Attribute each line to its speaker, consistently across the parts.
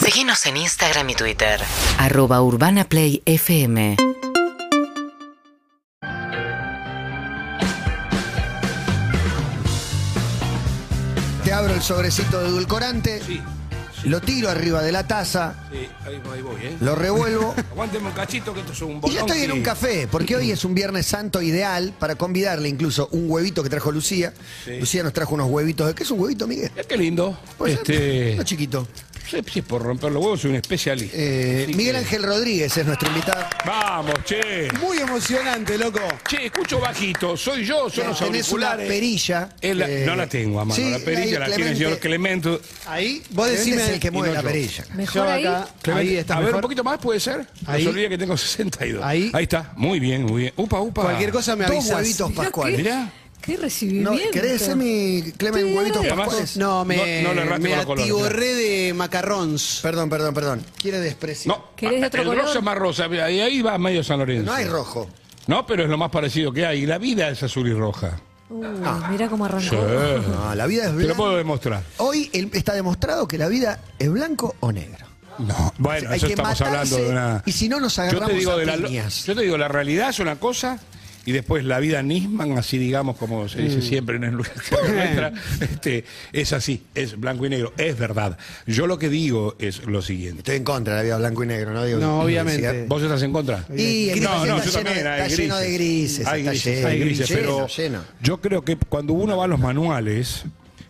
Speaker 1: Seguinos en Instagram y Twitter.
Speaker 2: Arroba Urbana Play FM.
Speaker 3: Te abro el sobrecito de edulcorante,
Speaker 4: Sí,
Speaker 3: lo tiro arriba de la taza,
Speaker 4: sí, ahí, ahí voy, ¿eh?
Speaker 3: lo revuelvo.
Speaker 4: Aguánteme un cachito que esto es un
Speaker 3: Y
Speaker 4: botón.
Speaker 3: ya estoy en
Speaker 4: que-
Speaker 3: un café, porque hoy es un Viernes Santo ideal para convidarle incluso un huevito que trajo Lucía.
Speaker 4: Sí.
Speaker 3: Lucía nos trajo unos huevitos. de- ¿Qué es un huevito, Miguel?
Speaker 4: Eh, qué lindo.
Speaker 3: Puede ser,
Speaker 4: este,
Speaker 3: uno chiquito.
Speaker 4: sé si es por romper los huevos, soy un especialista.
Speaker 3: Eh,
Speaker 4: Así
Speaker 3: Miguel
Speaker 4: que-
Speaker 3: Ángel Rodríguez es nuestro invitado.
Speaker 4: Vamos, che.
Speaker 5: Muy emocionante, loco.
Speaker 4: Che, escucho bajito. ¿Soy yo? ¿Son los
Speaker 3: Eh, Tenés una
Speaker 4: auriculares?
Speaker 3: perilla.
Speaker 4: Es la-
Speaker 3: eh,
Speaker 4: no la tengo a mano.
Speaker 3: sí,
Speaker 4: la perilla la tiene el señor Clemente.
Speaker 5: Ahí, vos
Speaker 3: Clemente
Speaker 5: decime.
Speaker 3: es el que mueve
Speaker 4: y
Speaker 3: la
Speaker 4: no yo.
Speaker 3: perilla.
Speaker 6: Mejor
Speaker 5: Yo
Speaker 6: ahí.
Speaker 5: acá,
Speaker 4: Clemente,
Speaker 5: ahí está
Speaker 4: a ver,
Speaker 5: mejor.
Speaker 4: un poquito más puede ser.
Speaker 5: Ahí.
Speaker 4: No se olvide que tengo 62.
Speaker 5: Ahí.
Speaker 4: Ahí está. Muy bien, muy bien. Upa, upa.
Speaker 5: Cualquier cosa me
Speaker 3: Dos
Speaker 5: avisas.
Speaker 3: huevitos
Speaker 6: Mirá
Speaker 3: pascuales.
Speaker 6: qué-
Speaker 4: Mirá.
Speaker 6: ¿Qué
Speaker 3: No,
Speaker 6: recibimiento?
Speaker 3: ¿Querés ser mi Clemen Pues,
Speaker 6: Sí,
Speaker 3: huevitos
Speaker 6: dale.
Speaker 3: pascuales?
Speaker 5: No, me,
Speaker 4: No- no le erraste
Speaker 5: me
Speaker 4: con los colores,
Speaker 5: atiborré de macarrons.
Speaker 3: Perdón, perdón, perdón. Quiere despreciar.
Speaker 4: No, ah,
Speaker 6: ¿Querés de otro
Speaker 4: el
Speaker 6: color?
Speaker 4: rosa es más rosa. Y ahí va medio San Lorenzo.
Speaker 3: No hay rojo.
Speaker 4: No, pero es lo más parecido que hay. La vida es azul y roja.
Speaker 6: Uy,
Speaker 3: Ah.
Speaker 6: mirá cómo
Speaker 4: Sí.
Speaker 6: arrancó.
Speaker 3: No, la vida es
Speaker 4: Te lo puedo
Speaker 3: blanca.
Speaker 4: demostrar.
Speaker 3: Hoy el- está demostrado que la vida es blanco o negro.
Speaker 4: No, bueno,
Speaker 3: Hay
Speaker 4: eso
Speaker 3: que
Speaker 4: estamos
Speaker 3: matarse,
Speaker 4: hablando de una.
Speaker 3: y si no, nos
Speaker 4: yo
Speaker 3: agarramos
Speaker 4: te digo
Speaker 3: a
Speaker 4: de la,
Speaker 3: piñas.
Speaker 4: Yo te digo, la realidad es una cosa y después la vida Nisman, así digamos, como se dice siempre en el lugar que nuestra, este, es así, es blanco y negro, es verdad. Yo lo que digo es lo siguiente.
Speaker 3: Estoy en contra de la vida blanco y negro, no digo.
Speaker 5: No, obviamente.
Speaker 3: decía-
Speaker 4: ¿Vos estás en contra?
Speaker 3: Y el
Speaker 4: no,
Speaker 3: país está
Speaker 4: no, yo
Speaker 3: lleno
Speaker 4: también.
Speaker 3: de-
Speaker 4: hay
Speaker 3: está lleno de grises,
Speaker 4: Hay
Speaker 3: está
Speaker 4: grises,
Speaker 3: lleno,
Speaker 4: hay grises,
Speaker 3: lleno,
Speaker 4: pero
Speaker 3: lleno.
Speaker 4: yo creo que cuando uno va a los manuales,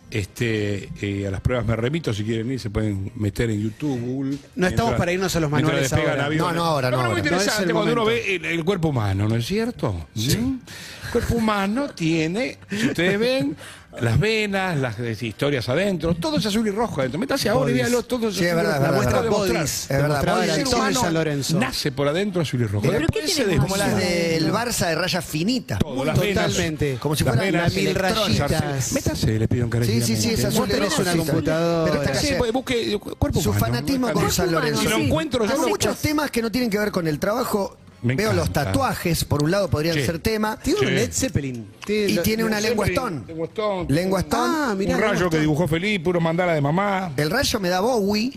Speaker 4: este, eh, a las pruebas me remito, si quieren ir, se pueden meter en YouTube, Google.
Speaker 5: No estamos para irnos a los manuales
Speaker 4: mientras despegan
Speaker 5: ahora.
Speaker 4: aviones.
Speaker 3: No, no, ahora, no,
Speaker 4: Pero es muy
Speaker 3: ahora.
Speaker 5: No es
Speaker 4: interesante
Speaker 5: el
Speaker 4: cuando uno
Speaker 5: momento.
Speaker 4: ve el, el cuerpo humano, ¿no es cierto? ¿Mm? El cuerpo humano tiene, si ustedes ven, las venas, las eh, historias adentro, todo es azul y rojo adentro. Métase ahora y
Speaker 5: Bodies.
Speaker 4: véalo, todo es
Speaker 3: Sí, es
Speaker 4: azul y
Speaker 3: verdad, es
Speaker 4: rojo. La
Speaker 3: verdad.
Speaker 4: muestra demostrar.
Speaker 5: Bodies.
Speaker 3: Es verdad,
Speaker 5: Demostraba
Speaker 3: bodies.
Speaker 5: la
Speaker 4: El ser
Speaker 5: acción de
Speaker 4: humano
Speaker 5: San Lorenzo.
Speaker 4: Nace por adentro azul y rojo.
Speaker 6: ¿Pero
Speaker 4: Después
Speaker 6: qué
Speaker 4: se
Speaker 6: tenemos
Speaker 3: Como las
Speaker 6: allá?
Speaker 3: del Barça de rayas finitas.
Speaker 4: Todo,
Speaker 3: Muy
Speaker 4: las venas.
Speaker 5: Totalmente.
Speaker 3: Como si
Speaker 4: Las
Speaker 3: fueran
Speaker 4: venas,
Speaker 3: las
Speaker 5: mil rayitas.
Speaker 3: electrónicas.
Speaker 5: Yes.
Speaker 4: Métase, le pido
Speaker 3: Sí, sí, sí,
Speaker 4: encarecidamente.
Speaker 3: es azul
Speaker 5: Vos
Speaker 3: y
Speaker 5: tenés
Speaker 3: rojo,
Speaker 5: una
Speaker 3: sí, sí.
Speaker 5: computadora.
Speaker 3: Pero está
Speaker 4: Sí,
Speaker 3: calle-
Speaker 4: porque busque eh, cuerpo
Speaker 3: Su
Speaker 4: humano, no
Speaker 3: fanatismo con
Speaker 4: es tan-
Speaker 6: Cuerpo
Speaker 3: San
Speaker 6: humano,
Speaker 3: Lorenzo.
Speaker 4: Si lo
Speaker 6: sí.
Speaker 4: encuentro, yo
Speaker 3: Bueno,
Speaker 4: lo
Speaker 6: Hace
Speaker 3: muchos
Speaker 6: cosas.
Speaker 3: temas que no tienen que ver con el trabajo.
Speaker 4: Me
Speaker 3: Veo los
Speaker 4: encanta.
Speaker 3: tatuajes, por un lado podrían
Speaker 4: Sí.
Speaker 3: ser tema.
Speaker 5: Tiene un
Speaker 4: Sí.
Speaker 5: Led Zeppelin.
Speaker 3: Y
Speaker 5: lo-
Speaker 3: tiene una
Speaker 4: Siempre
Speaker 3: lengua stone.
Speaker 4: lengua stone.
Speaker 3: Lengua stone.
Speaker 5: Ah, mirá,
Speaker 4: Un rayo que dibujó Felipe, uno mandala de mamá.
Speaker 3: El rayo me da Bowie,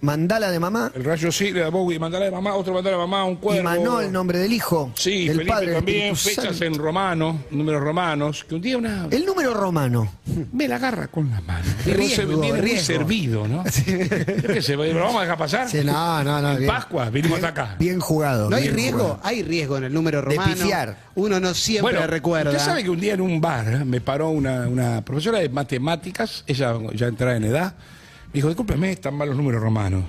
Speaker 3: mandala de mamá,
Speaker 4: El rayo sí, le da Bowie, mandala de mamá, otro mandala de mamá, un
Speaker 3: y
Speaker 4: cuervo.
Speaker 3: Manol, nombre del hijo,
Speaker 4: Sí,
Speaker 3: del
Speaker 4: Felipe
Speaker 3: padre, del
Speaker 4: también,
Speaker 3: Espíritu
Speaker 4: fechas
Speaker 3: Santo.
Speaker 4: en romano, números romanos, que un día una
Speaker 3: El número romano.
Speaker 4: me la agarra con la mano.
Speaker 5: Riesgo,
Speaker 4: Entonces viene muy
Speaker 5: riesgo.
Speaker 4: servido, ¿no? Yo qué sé, ¿lo vamos a dejar pasar?
Speaker 3: Sí, no, no, no. bien.
Speaker 4: Pascua, vinimos hasta acá.
Speaker 3: Bien jugado.
Speaker 5: ¿No hay
Speaker 3: bien
Speaker 5: riesgo?
Speaker 3: jugado.
Speaker 5: Hay riesgo en el número
Speaker 3: De
Speaker 5: romano.
Speaker 3: pifiar.
Speaker 5: Uno no siempre recuerda.
Speaker 4: Usted sabe que un día en un bar ¿eh? me paró una, una profesora de matemáticas, ella ya entraba en edad, me dijo, discúlpeme, están mal los números romanos.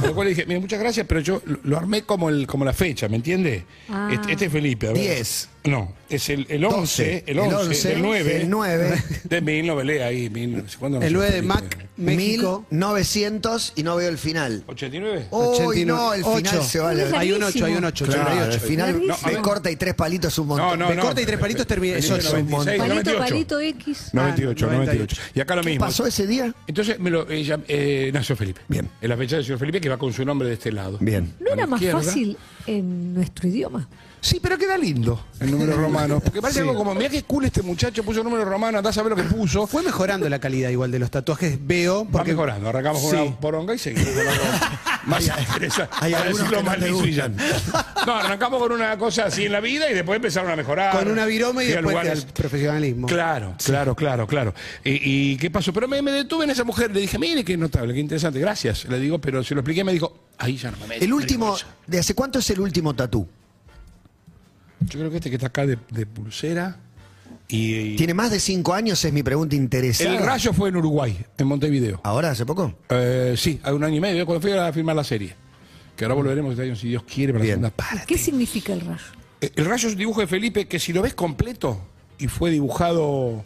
Speaker 4: A lo cual le dije, mire, muchas gracias, pero yo lo- lo armé como el como la fecha, ¿me entiende?
Speaker 6: Ah.
Speaker 4: Este, este es Felipe, a ver.
Speaker 3: Diez.
Speaker 4: No, es el, el 11, el 11, el 9.
Speaker 3: el 9,
Speaker 4: De mil, no velé ahí. mil- ¿cuándo
Speaker 5: El
Speaker 4: nació
Speaker 5: 9 de
Speaker 4: Felipe?
Speaker 5: Mac, México.
Speaker 3: 1900 y no veo el final.
Speaker 4: ¿89?
Speaker 3: Uy,
Speaker 5: 89.
Speaker 3: no, el final
Speaker 5: Ocho.
Speaker 3: se va a la-
Speaker 6: Claro,
Speaker 5: Hay un 8, hay un 8,
Speaker 3: Claro, el
Speaker 5: 88.
Speaker 3: final
Speaker 6: No,
Speaker 3: me
Speaker 4: a ver.
Speaker 3: corta y tres palitos un
Speaker 4: No,
Speaker 3: montón.
Speaker 4: no,
Speaker 5: Me
Speaker 4: no.
Speaker 5: corta y tres palitos termina.
Speaker 4: Felipe,
Speaker 5: Eso es un
Speaker 4: 96,
Speaker 6: Palito,
Speaker 4: 98.
Speaker 6: palito X.
Speaker 4: 98,
Speaker 5: Ah,
Speaker 4: 98. Y acá lo mismo.
Speaker 3: ¿Pasó ese día?
Speaker 4: Entonces me lo, ella, eh, nació Felipe.
Speaker 3: Bien.
Speaker 4: En la fecha del señor Felipe que va con su nombre de este lado.
Speaker 3: Bien.
Speaker 6: ¿No
Speaker 4: A la
Speaker 6: era más
Speaker 4: izquierda.
Speaker 6: fácil en nuestro idioma?
Speaker 4: Sí, pero queda lindo el número romano. Porque parece algo como, mirá qué cool este muchacho, puso número romano, andás a ver lo que puso.
Speaker 5: Fue mejorando la calidad igual de los tatuajes, veo. Porque
Speaker 4: Va mejorando, arrancamos con
Speaker 5: Sí.
Speaker 4: una poronga y seguimos con algo más interesante.
Speaker 3: hay
Speaker 4: para
Speaker 3: algunos
Speaker 4: decirlo
Speaker 3: que no
Speaker 4: más
Speaker 3: te
Speaker 4: liso y
Speaker 3: gustan.
Speaker 4: llano. No, arrancamos con una cosa así en la vida y después empezaron a mejorar.
Speaker 5: Con una viroma y
Speaker 4: Fui a
Speaker 5: después
Speaker 4: lugares-
Speaker 5: al profesionalismo.
Speaker 4: Claro, claro, claro, claro. ¿Y, y qué pasó? Pero me, me detuve en esa mujer, le dije, mire qué notable, qué interesante, gracias. Le digo, pero se lo expliqué, me dijo, ahí ya no me meto.
Speaker 3: El último,
Speaker 4: Yo
Speaker 3: ¿de hace cuánto es el último tatú?
Speaker 4: creo que este que está acá de, de pulsera y... y-
Speaker 3: ¿Tiene más de cinco años? Es mi pregunta interesante.
Speaker 4: el rayo fue en Uruguay, en Montevideo.
Speaker 3: ¿Ahora, hace poco?
Speaker 4: Eh, sí, hace un año y medio, cuando fui a filmar la serie. Que ahora volveremos este año, si Dios quiere, para
Speaker 3: Bien.
Speaker 4: la segunda parte.
Speaker 6: ¿Qué significa el rayo?
Speaker 4: Eh, El rayo es un dibujo de Felipe que si lo ves completo y fue dibujado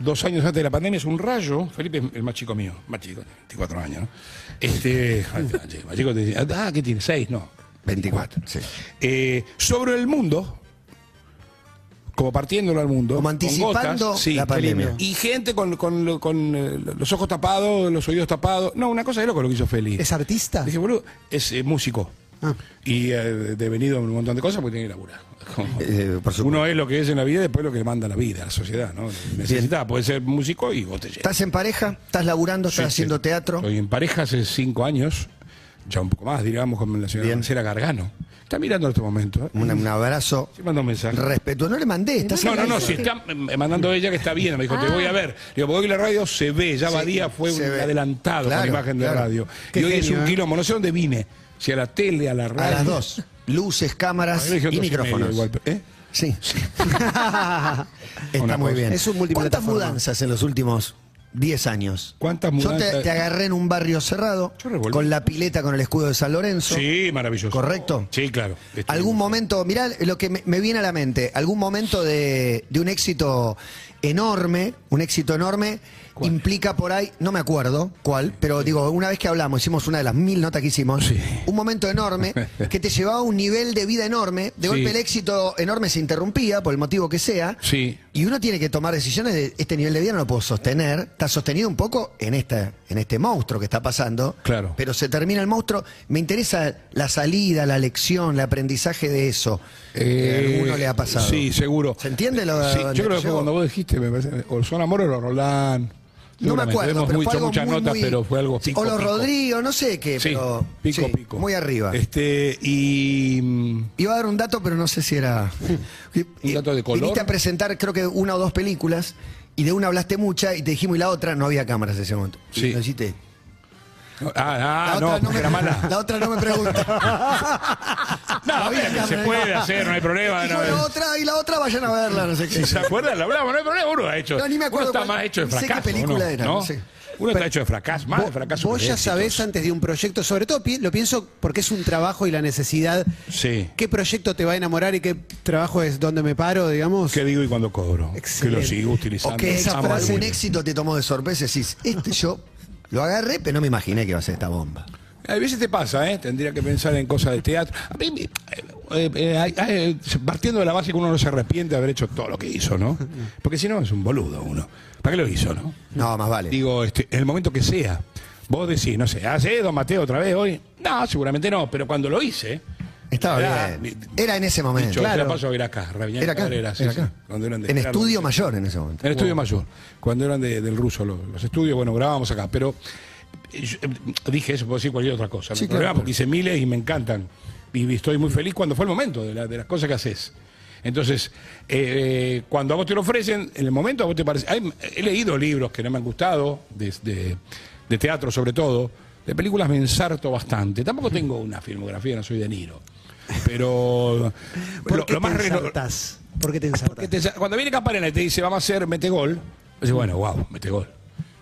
Speaker 4: dos años antes de la pandemia, es un rayo. Felipe es el más chico mío, más chico, 24 años, ¿no? Este, ay, más chico, más chico, te dice, ah, ¿qué tiene? ¿Seis? No.
Speaker 3: 24, sí.
Speaker 4: Eh, sobre el mundo, como partiéndolo al mundo.
Speaker 3: Como
Speaker 4: con
Speaker 3: anticipando
Speaker 4: gotas,
Speaker 3: la pandemia.
Speaker 4: Y gente con, con lo- con, eh, los ojos tapados, los oídos tapados. No, una cosa de loco lo que hizo Felipe.
Speaker 5: ¿Es artista?
Speaker 4: Dije, boludo, es eh, músico.
Speaker 5: Ah.
Speaker 4: Y eh, devenido en un montón de cosas porque tiene que laburar. Como-
Speaker 3: Eh, por supuesto.
Speaker 4: Uno es lo que es en la vida y después lo que le manda la vida, la sociedad, ¿no? Necesita, puede ser músico y botella.
Speaker 3: ¿Estás en pareja? ¿Estás laburando? ¿Estás
Speaker 4: Sí,
Speaker 3: haciendo
Speaker 4: sí.
Speaker 3: teatro?
Speaker 4: Estoy en pareja hace cinco años, ya un poco más, digamos, con la señora
Speaker 3: Bien.
Speaker 4: Marcela Gargano. Está mirando en este momento. ¿eh?
Speaker 3: Un, un abrazo.
Speaker 4: Sí, manda un mensaje.
Speaker 3: Respeto. No le mandé. Estás
Speaker 4: No,
Speaker 3: en
Speaker 4: no, no,
Speaker 3: pareja.
Speaker 4: si está eh, mandando ella que está bien, me dijo, te voy a ver. Digo, porque hoy la radio se ve, ya Badía fue un
Speaker 3: Ah. se ve.
Speaker 4: adelantado con la
Speaker 3: Claro,
Speaker 4: imagen de
Speaker 3: claro.
Speaker 4: radio.
Speaker 5: Qué
Speaker 4: y hoy es
Speaker 5: genio,
Speaker 4: un
Speaker 5: ¿eh?
Speaker 4: quilombo, no sé dónde vine, si a la tele, a la radio.
Speaker 3: A las dos. Luces,
Speaker 4: A
Speaker 3: cámaras
Speaker 4: mí me dijeron
Speaker 3: y
Speaker 4: dos y medio
Speaker 3: micrófonos.
Speaker 4: igual, pero- ¿eh?
Speaker 3: Sí.
Speaker 4: Una
Speaker 3: Está muy
Speaker 4: cosa.
Speaker 3: bien.
Speaker 5: Es
Speaker 3: ¿Cuántas
Speaker 5: un multiplataforma.
Speaker 3: mudanzas en los últimos 10 años?
Speaker 4: ¿Cuántas
Speaker 3: Yo
Speaker 4: mudanzas?
Speaker 3: te, te agarré en un barrio cerrado,
Speaker 4: Yo revolví.
Speaker 3: con la pileta con el escudo de San Lorenzo.
Speaker 4: Sí, maravilloso.
Speaker 3: ¿Correcto?
Speaker 4: Sí, claro. Este-
Speaker 3: Algún momento, mirá lo que me, me viene a la mente, algún momento de, de un éxito enorme, un éxito enorme, implica por ahí, no me acuerdo cuál, pero digo, una vez que hablamos, hicimos una de las mil notas que hicimos,
Speaker 4: Sí.
Speaker 3: un momento enorme que te llevaba a un nivel de vida enorme, de
Speaker 4: Sí.
Speaker 3: golpe el éxito enorme se interrumpía, por el motivo que sea,
Speaker 4: Sí.
Speaker 3: y uno tiene que tomar decisiones de este nivel de vida no lo puedo sostener. Está sostenido un poco en esta, en este monstruo que está pasando.
Speaker 4: Claro.
Speaker 3: Pero se termina el monstruo. Me interesa la salida, la lección, el aprendizaje de eso. que
Speaker 4: Eh,
Speaker 3: a alguno le ha pasado.
Speaker 4: Sí, seguro.
Speaker 3: ¿Se entiende lo
Speaker 4: Sí,
Speaker 3: donde
Speaker 4: yo creo que fue
Speaker 3: llego?
Speaker 4: cuando vos dijiste, me parece, o son amor o los Roland.
Speaker 3: No me
Speaker 4: Seguramente.
Speaker 3: acuerdo,
Speaker 4: Hemos
Speaker 3: pero
Speaker 4: mucho-
Speaker 3: fue algo
Speaker 4: muchas
Speaker 3: muy,
Speaker 4: notas,
Speaker 3: muy-
Speaker 4: pero fue algo.
Speaker 3: Sí,
Speaker 4: pico,
Speaker 3: o los
Speaker 4: pico.
Speaker 3: Rodrigo, no sé qué,
Speaker 4: Sí,
Speaker 3: pero.
Speaker 4: pico,
Speaker 3: sí,
Speaker 4: pico.
Speaker 3: Muy arriba.
Speaker 4: Este, y. mm,
Speaker 3: Iba a dar un dato, pero no sé si era.
Speaker 4: Un dato de color.
Speaker 3: Viniste a presentar, creo que una o dos películas, y de una hablaste mucha, y te dijimos, y la otra, no había cámaras en ese momento. Y
Speaker 4: Sí.
Speaker 3: lo hiciste.
Speaker 4: Ah, ah,
Speaker 3: la
Speaker 4: no,
Speaker 3: otra no
Speaker 4: porque
Speaker 3: me,
Speaker 4: era mala.
Speaker 3: La otra no me pregunta.
Speaker 4: No, bien,
Speaker 3: cámara.
Speaker 4: se puede hacer, no hay problema.
Speaker 3: Dijo,
Speaker 4: no,
Speaker 3: la
Speaker 4: es-
Speaker 3: otra y la otra vayan a verla, no sé qué.
Speaker 4: si se acuerdan, lo hablamos, no hay problema. Uno ha hecho.
Speaker 3: No, ni me acuerdo
Speaker 4: uno está
Speaker 3: cuál-
Speaker 4: más hecho de
Speaker 3: ni sé qué
Speaker 4: fracaso.
Speaker 3: película
Speaker 4: uno,
Speaker 3: era,
Speaker 4: ¿no?
Speaker 3: no sé.
Speaker 4: Uno está hecho de fracaso, más de
Speaker 5: Vos-
Speaker 4: fracaso.
Speaker 5: Vos
Speaker 4: que de
Speaker 5: ya
Speaker 4: éxito.
Speaker 5: sabés antes de un proyecto, sobre todo pi- lo pienso porque es un trabajo y la necesidad.
Speaker 4: Sí.
Speaker 5: ¿Qué proyecto te va a enamorar y qué trabajo es donde me paro, digamos?
Speaker 4: ¿Qué digo y cuándo cobro?
Speaker 5: Excelente.
Speaker 4: Que lo sigo utilizando.
Speaker 3: O que esa
Speaker 4: Amo
Speaker 3: frase,
Speaker 4: el
Speaker 3: un
Speaker 4: bullying.
Speaker 3: éxito te tomó de sorpresa y decís, este yo lo agarré, pero no me imaginé que iba a ser esta bomba.
Speaker 4: A veces te pasa, ¿eh? Tendría que pensar en cosas de teatro. A mí, eh, eh, eh, hay- hay- partiendo de la base que uno no se arrepiente de haber hecho todo lo que hizo, ¿no? Porque si no, es un boludo uno. ¿Para qué lo hizo, no?
Speaker 3: No, más vale.
Speaker 4: Digo, este, en el momento que sea, vos decís, no sé, ¿hace Don Mateo otra vez hoy? No, seguramente no, pero cuando lo hice.
Speaker 3: Estaba
Speaker 4: era-
Speaker 3: bien. Era en ese momento.
Speaker 4: Dicho,
Speaker 5: Claro.
Speaker 4: ya pasó, era acá, Rabiñán
Speaker 3: Era acá.
Speaker 4: Cabrera, sí,
Speaker 3: era
Speaker 4: sí,
Speaker 3: acá.
Speaker 4: cuando eran de-
Speaker 3: en
Speaker 4: claro,
Speaker 3: estudio
Speaker 4: sí.
Speaker 3: mayor en ese momento.
Speaker 4: El estudio mayor, cuando eran de- del ruso los, los estudios, bueno, grabábamos acá, pero eh, yo, eh, dije eso, puedo decir cualquier otra cosa, no
Speaker 3: Sí,
Speaker 4: hay problema,
Speaker 3: claro.
Speaker 4: porque hice miles y me encantan. Y y estoy muy feliz cuando fue el momento de, la- de las cosas que haces. Entonces, eh, eh, cuando a vos te lo ofrecen, en el momento a vos te parece. hay- he leído libros que no me han gustado, de, de- de teatro sobre todo, de películas me ensarto bastante. Tampoco tengo una filmografía, no soy de Niro. Pero
Speaker 5: ¿Por
Speaker 4: lo,
Speaker 5: qué
Speaker 4: lo más
Speaker 5: te
Speaker 4: reno-
Speaker 5: ensartás? ¿Por qué te
Speaker 4: que
Speaker 5: ensartás?
Speaker 4: te sa- cuando viene Caparena y te dice, vamos a hacer mete gol, dice, bueno, wow, mete gol.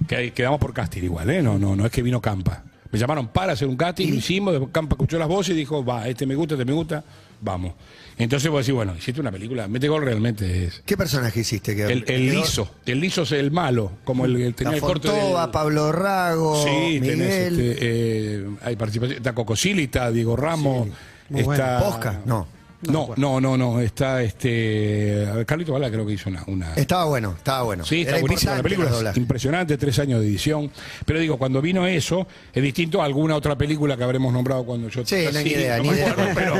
Speaker 4: Que, ahí quedamos por casting igual, ¿eh? No, no, no es que vino Campa. Me llamaron para hacer un casting, lo hicimos, después Campa escuchó las voces y dijo, va, este me gusta, este me gusta, vamos. Entonces vos decís, bueno, hiciste una película, mete gol realmente es.
Speaker 3: ¿Qué personaje hiciste? Que
Speaker 4: El, el liso, el liso es el malo, como el, el tenía
Speaker 3: La
Speaker 4: el corte del-
Speaker 3: Fontova, Pablo Rago,
Speaker 4: Sí,
Speaker 3: Miguel.
Speaker 4: tenés, este, eh, hay participación. Está Cocosili, está Diego Ramos.
Speaker 5: muy
Speaker 4: está.
Speaker 3: bueno. Posca, no.
Speaker 4: No, no, no, no. Está este. a ver, Carlito Bala creo que hizo una. una-
Speaker 3: Estaba bueno, estaba bueno.
Speaker 4: Sí, está
Speaker 3: Era
Speaker 4: buenísima la
Speaker 3: importante
Speaker 4: película.
Speaker 3: los
Speaker 4: es
Speaker 3: doblajes.
Speaker 4: Impresionante, tres años de edición. Pero digo, cuando vino eso, es distinto a alguna otra película que habremos nombrado cuando yo
Speaker 3: Sí, no, ni idea,
Speaker 4: no
Speaker 3: ni
Speaker 4: me
Speaker 3: idea.
Speaker 4: acuerdo, Pero,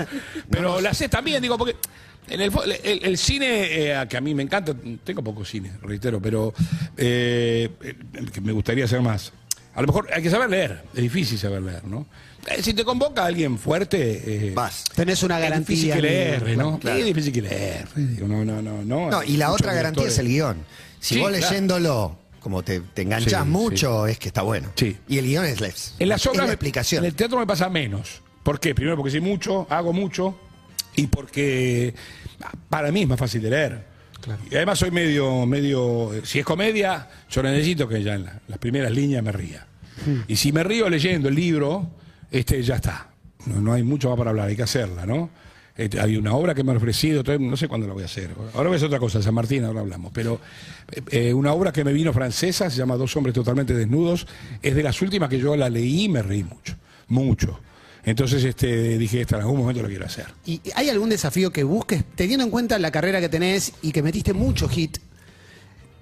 Speaker 4: pero la sé también, digo, porque en el, fo- el- el cine, eh, a que a mí me encanta, tengo poco cine, reitero, pero eh, eh, que me gustaría hacer más. A lo mejor hay que saber leer, es difícil saber leer, ¿no? Eh, si te convoca alguien fuerte. eh,
Speaker 3: Vas.
Speaker 5: Tenés una
Speaker 4: Es
Speaker 5: garantía.
Speaker 4: difícil que leer,
Speaker 5: amigo.
Speaker 4: ¿no? Es difícil que leer. Digo, No, no, no, no.
Speaker 3: No, y la
Speaker 4: Muchos
Speaker 3: otra garantía
Speaker 4: directores-
Speaker 3: es el guión. Si
Speaker 4: Sí,
Speaker 3: vos
Speaker 4: claro.
Speaker 3: leyéndolo, como te, te enganchás
Speaker 4: Sí,
Speaker 3: mucho, es que está bueno.
Speaker 4: Sí.
Speaker 3: Y el guión es la,
Speaker 4: En las
Speaker 3: es
Speaker 4: obras,
Speaker 3: la
Speaker 4: me-
Speaker 3: explicación.
Speaker 4: En el teatro me pasa menos. ¿Por qué? Primero porque sé mucho, hago mucho y porque para mí es más fácil de leer. Y además soy medio, medio, eh, si es comedia, yo necesito que ya en la- las primeras líneas me ría. Y si me río leyendo el libro, este ya está. No, no hay mucho más para hablar, hay que hacerla, ¿no? Este, hay una obra que me han ofrecido, todavía no sé cuándo la voy a hacer. Ahora voy a hacer otra cosa, San Martín, ahora hablamos. Pero eh, eh, una obra que me vino francesa, se llama Dos hombres totalmente desnudos, es de las últimas que yo la leí y me reí mucho, mucho. Entonces este, dije, esta en algún momento la quiero hacer.
Speaker 5: ¿Y hay algún desafío que busques, teniendo en cuenta la carrera que tenés y que metiste mucho hit?